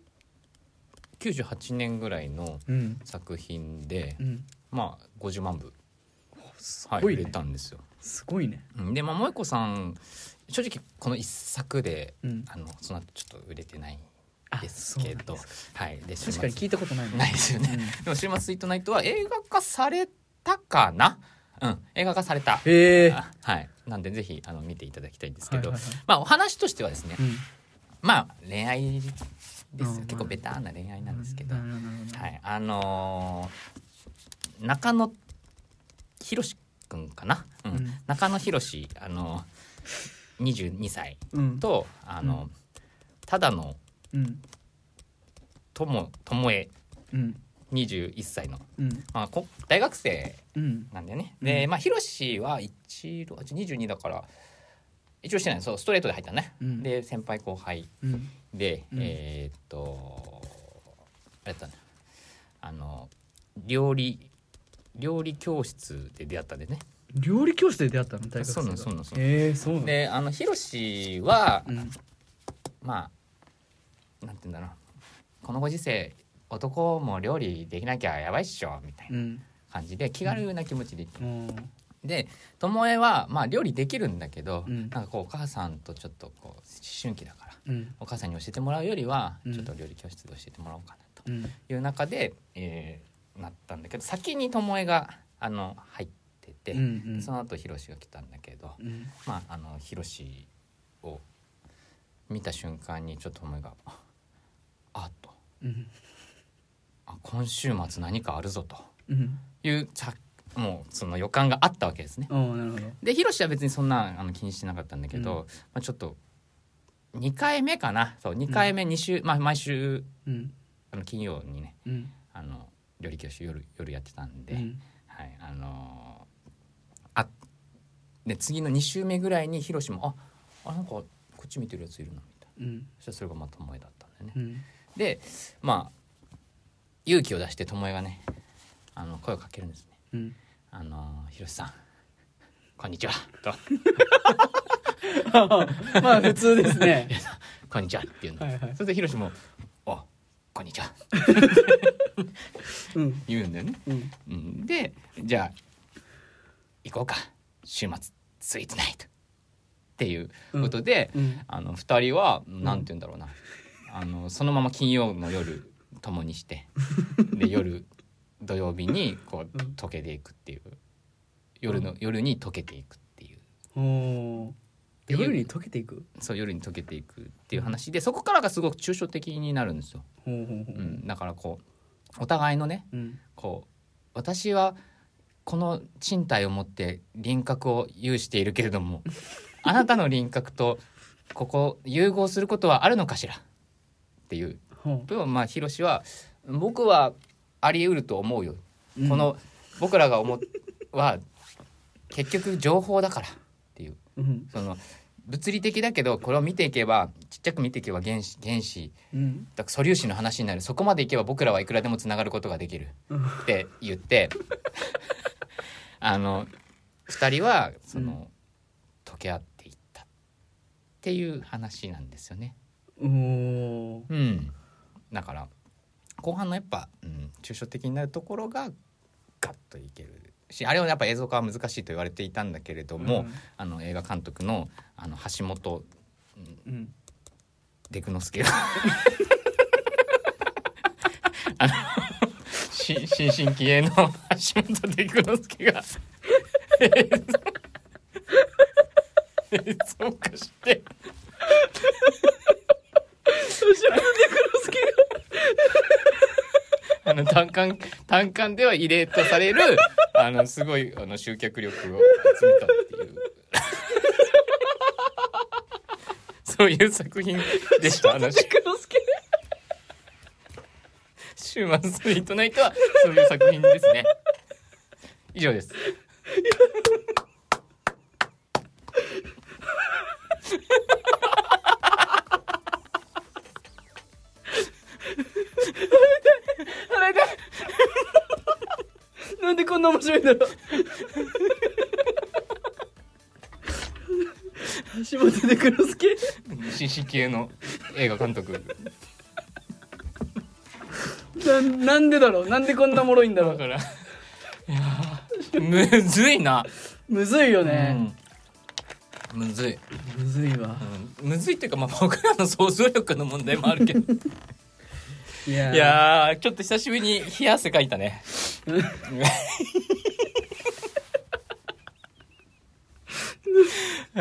[SPEAKER 1] 年ぐらいの
[SPEAKER 2] うん
[SPEAKER 1] 作品で、
[SPEAKER 2] うん
[SPEAKER 1] まあ50万部、
[SPEAKER 2] す
[SPEAKER 1] はい、
[SPEAKER 2] ごい
[SPEAKER 1] 売
[SPEAKER 2] ね、
[SPEAKER 1] れたんですよ
[SPEAKER 2] すごいね
[SPEAKER 1] うんでまあ萌子さん正直この一作で
[SPEAKER 2] うん
[SPEAKER 1] あのその後ちょっと売れてない
[SPEAKER 2] あ
[SPEAKER 1] です
[SPEAKER 2] そう
[SPEAKER 1] け
[SPEAKER 2] なん
[SPEAKER 1] ど
[SPEAKER 2] です
[SPEAKER 1] はいで
[SPEAKER 2] 確かに
[SPEAKER 1] 週末
[SPEAKER 2] 聞いたことないもん
[SPEAKER 1] ないですよね、 *laughs* でも「週末スイートナイト」は映画化されたかなうん映画化された
[SPEAKER 2] うんへえ
[SPEAKER 1] あはいなんでぜひあの見ていただきたいんですけど、
[SPEAKER 2] はいはいはい
[SPEAKER 1] まあお話としてはですね、
[SPEAKER 2] うん
[SPEAKER 1] まあ恋愛です
[SPEAKER 2] うん
[SPEAKER 1] よ結構ベターな恋愛なんですけど、
[SPEAKER 2] なるほなるほど
[SPEAKER 1] はいあのー中野宏くんかな、うん
[SPEAKER 2] うん
[SPEAKER 1] 中野宏あのー22歳
[SPEAKER 2] うん
[SPEAKER 1] とあの、
[SPEAKER 2] う
[SPEAKER 1] ただの
[SPEAKER 2] うん
[SPEAKER 1] 友友江
[SPEAKER 2] うん
[SPEAKER 1] 21歳の、
[SPEAKER 2] うん
[SPEAKER 1] まあ、こ大学生
[SPEAKER 2] うん
[SPEAKER 1] なんだよね。で、
[SPEAKER 2] うん
[SPEAKER 1] まあ、ヒロシは一浪、二十二だから。一応してない、そう、ストレートで入ったね。
[SPEAKER 2] うん
[SPEAKER 1] で、先輩後輩
[SPEAKER 2] うん
[SPEAKER 1] で、
[SPEAKER 2] うん
[SPEAKER 1] えーっと。あれだったね。あの、料理。料理教室で出会ったんでね。
[SPEAKER 2] 料理教室で出会ったの大学生が
[SPEAKER 1] そうなんそうなんそうな
[SPEAKER 2] へえそうなんだ
[SPEAKER 1] で、あの、ヒロシは、
[SPEAKER 2] うん
[SPEAKER 1] まあ。なんて言うんだろう。このご時世。男も料理できなきゃやばいっしょみたいうなん感じで気軽な気持ちで行って
[SPEAKER 2] もう
[SPEAKER 1] で巴はまあ料理できるんだけど、
[SPEAKER 2] うん
[SPEAKER 1] なんかこうお母さんとちょっとこう思春期だから
[SPEAKER 2] うん
[SPEAKER 1] お母さんに教えてもらうよりは
[SPEAKER 2] うん
[SPEAKER 1] ちょっと料理教室で教えてもらおうかなと
[SPEAKER 2] うん
[SPEAKER 1] いう中で、えーなったんだけど先に巴があの入ってて、
[SPEAKER 2] うんうん
[SPEAKER 1] その後ヒロシが来たんだけど、
[SPEAKER 2] うん
[SPEAKER 1] まああのヒロシを見た瞬間にちょっと巴があ「あっと
[SPEAKER 2] うん
[SPEAKER 1] あ今週末何かあるぞ」と
[SPEAKER 2] うん
[SPEAKER 1] いうさもうその予感があったわけですね。
[SPEAKER 2] おーなるほど
[SPEAKER 1] でヒロシは別にそんなあの気にしてなかったんだけど、
[SPEAKER 2] う
[SPEAKER 1] ま
[SPEAKER 2] ん
[SPEAKER 1] あ、ちょっと2回目かなそう2回目2週、まあ、毎週
[SPEAKER 2] うん
[SPEAKER 1] あの金曜にね
[SPEAKER 2] うん
[SPEAKER 1] あの料理教室夜夜やってたんで、
[SPEAKER 2] うん
[SPEAKER 1] はいあのーあで次の2週目ぐらいにヒロシも「ああなんかこっち見てるやついるな」みたいな
[SPEAKER 2] うん
[SPEAKER 1] そしたらそれがまあ巴だったんだよね。
[SPEAKER 2] うん
[SPEAKER 1] でまあ勇気を出して巴がねあの声をかけるんですね。
[SPEAKER 2] うん
[SPEAKER 1] あのー、ひろしさん、こんにちは。と、
[SPEAKER 2] まあ普通ですね
[SPEAKER 1] こんにちはっていうの。
[SPEAKER 2] はいはい
[SPEAKER 1] それでひろしも、あ、こんにちは。
[SPEAKER 2] うん
[SPEAKER 1] 言うんだよね。
[SPEAKER 2] うん
[SPEAKER 1] うん、で、じゃあ、行こうか。週末、スイーツナイト。っていうことで、
[SPEAKER 2] うん
[SPEAKER 1] あの、二人は、なんて言うんだろうな。あの、そのまま金曜の夜、共に
[SPEAKER 2] *laughs*
[SPEAKER 1] して、で、夜、土曜日に、こう、
[SPEAKER 2] うん
[SPEAKER 1] 溶けていくっていう。夜の、夜に溶けていくっていう。
[SPEAKER 2] おー
[SPEAKER 1] ていう
[SPEAKER 2] 夜に溶けていく
[SPEAKER 1] そう夜に溶けていくっていう話でそこからがすごく抽象的になるんですよ、
[SPEAKER 2] ほうほうほう
[SPEAKER 1] うんだからこうお互いのね
[SPEAKER 2] うん
[SPEAKER 1] こう私はこの賃貸を持って輪郭を有しているけれど
[SPEAKER 2] *laughs*
[SPEAKER 1] もあなたの輪郭とここ融合することはあるのかしらっていう
[SPEAKER 2] ほ
[SPEAKER 1] でもまあヒロシは僕はあり得ると思うよ、
[SPEAKER 2] うん
[SPEAKER 1] この僕らが思うは結局情報だからっていう
[SPEAKER 2] ううん
[SPEAKER 1] その物理的だけどこれを見ていけばちっちゃく見ていけば原子原子
[SPEAKER 2] うん
[SPEAKER 1] だから素粒子の話になるそこまでいけば僕らはいくらでもつながることができる
[SPEAKER 2] うん
[SPEAKER 1] って言って *laughs* あの2人はその、溶け合っていったっていう話なんですよね。
[SPEAKER 2] おー
[SPEAKER 1] うん、だから後半のやっぱ、うん、抽象的になるところがガッといけるしあれはやっぱ映像化は難しいと言われていたんだけれども、
[SPEAKER 2] うん
[SPEAKER 1] あの映画監督のあの橋本
[SPEAKER 2] うん
[SPEAKER 1] デクノスケが *laughs* あのし新進気鋭の橋本デクノスケが映像映像化して
[SPEAKER 2] そしてデクロスケ
[SPEAKER 1] あの単管単管では異例とされるあのすごいあの集客力を集めたっていうそういう作品でしたあの
[SPEAKER 2] がデクロスケ
[SPEAKER 1] 週末ストリートナイトはそういう作品ですね以上です
[SPEAKER 2] 腹痛いなんでこんな面白いんだろう橋本デクロスケ
[SPEAKER 1] 紳士系の映画監督
[SPEAKER 2] ななんでだろうなんでこんなおもろいんだろ
[SPEAKER 1] だ
[SPEAKER 2] う
[SPEAKER 1] からいやーむずいな、
[SPEAKER 2] むずいよね、
[SPEAKER 1] うん、むずい、
[SPEAKER 2] むずいわ
[SPEAKER 1] うん、むずいっていうかまあ僕らの想像力の問題もあるけど
[SPEAKER 2] いや
[SPEAKER 1] いやーちょっと久しぶりに冷や汗かいたね
[SPEAKER 2] うん
[SPEAKER 1] *laughs* あ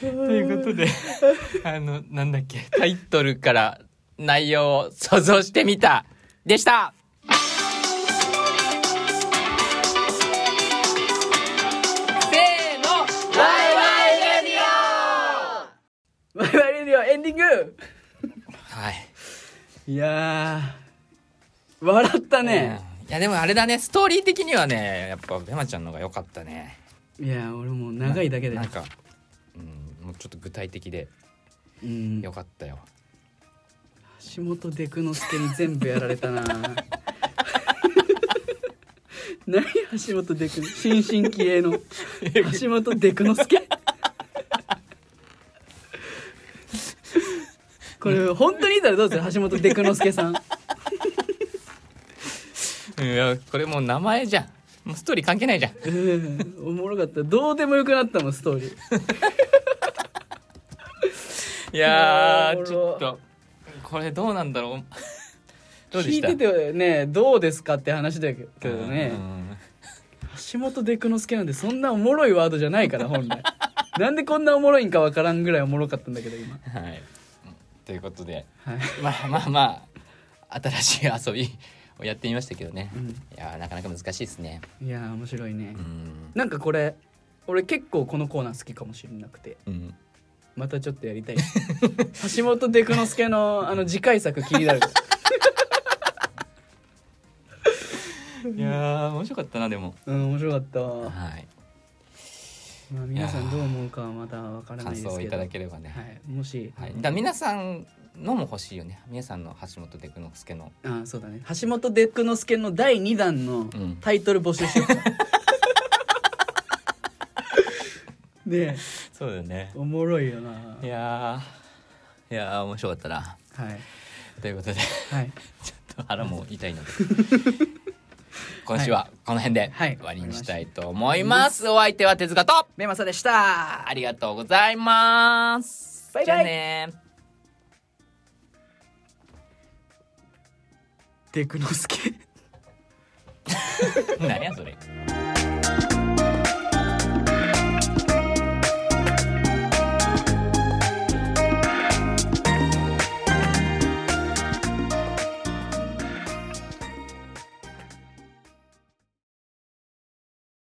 [SPEAKER 1] ーということで *laughs* あのなんだっけタイトルから内容を想像してみたでした
[SPEAKER 2] ワイワイレディオエンディング
[SPEAKER 1] はい
[SPEAKER 2] いやー笑ったね、
[SPEAKER 1] うんいやでもあれだねストーリー的にはねやっぱベマちゃんの方が良かったね
[SPEAKER 2] いや俺もう長いだけで
[SPEAKER 1] なんか、うん、もうちょっと具体的で
[SPEAKER 2] うん
[SPEAKER 1] 良かったよ、
[SPEAKER 2] 橋本デクノスケに全部やられたな *laughs* 何橋本デク新進気鋭の橋本デクノ
[SPEAKER 1] *laughs*
[SPEAKER 2] スケこれ本当にいたらどうする橋本デクノスケさん
[SPEAKER 1] いやこれもう名前じゃんもうストーリー関係ないじゃん
[SPEAKER 2] うんおもろかったどうでもよくなったもんストーリー
[SPEAKER 1] いや
[SPEAKER 2] いやー
[SPEAKER 1] ーちょっとこれどうなんだろう *laughs* どうで
[SPEAKER 2] 聞
[SPEAKER 1] し
[SPEAKER 2] い
[SPEAKER 1] た
[SPEAKER 2] ててねどうですかって話だけどね
[SPEAKER 1] うん
[SPEAKER 2] 橋本デクノスケなんてそんなおもろいワードじゃな
[SPEAKER 1] *laughs*
[SPEAKER 2] いから本来なんでこんなおもろいんかわからんぐらいおもろかったんだけど今
[SPEAKER 1] はいということで
[SPEAKER 2] はい
[SPEAKER 1] まあまあまあ新しい遊びをやってみましたけどね、
[SPEAKER 2] うん
[SPEAKER 1] いやーなかなか難しいですね
[SPEAKER 2] いやー面白いね、
[SPEAKER 1] うん
[SPEAKER 2] なんかこれ俺結構このコーナー好きかもしれなくて
[SPEAKER 1] うん
[SPEAKER 2] またちょっとやり
[SPEAKER 1] *laughs*
[SPEAKER 2] たい橋本デクノスケのあの次回作気に
[SPEAKER 1] *laughs*
[SPEAKER 2] なる
[SPEAKER 1] いやー面白かったなでも
[SPEAKER 2] うん面白かった
[SPEAKER 1] は
[SPEAKER 2] わ、
[SPEAKER 1] い
[SPEAKER 2] まあ、皆さんどう思うかはまだわからない
[SPEAKER 1] 感
[SPEAKER 2] ですけ
[SPEAKER 1] 想
[SPEAKER 2] ど
[SPEAKER 1] をいただければね、
[SPEAKER 2] はい、もし、
[SPEAKER 1] はい、だから皆さんのも欲しいよね皆さんの橋本デクノスケの
[SPEAKER 2] あそうだね橋本デクノスケの第2弾の
[SPEAKER 1] うん
[SPEAKER 2] タイトル募集し
[SPEAKER 1] *laughs*
[SPEAKER 2] ようか、ねえ
[SPEAKER 1] そうだよね
[SPEAKER 2] おもろいよなはい
[SPEAKER 1] やーいやー面白かったないということで
[SPEAKER 2] はい
[SPEAKER 1] ちょっと腹も痛い *laughs* ので今週はこの辺で
[SPEAKER 2] はい
[SPEAKER 1] 終わりにしたいと思います、お相手は手塚と
[SPEAKER 2] メマサでした
[SPEAKER 1] ありがとうございます
[SPEAKER 2] バイバイ
[SPEAKER 1] じゃあね
[SPEAKER 2] デクノスケ
[SPEAKER 1] 何やそれ
[SPEAKER 2] デクノスケ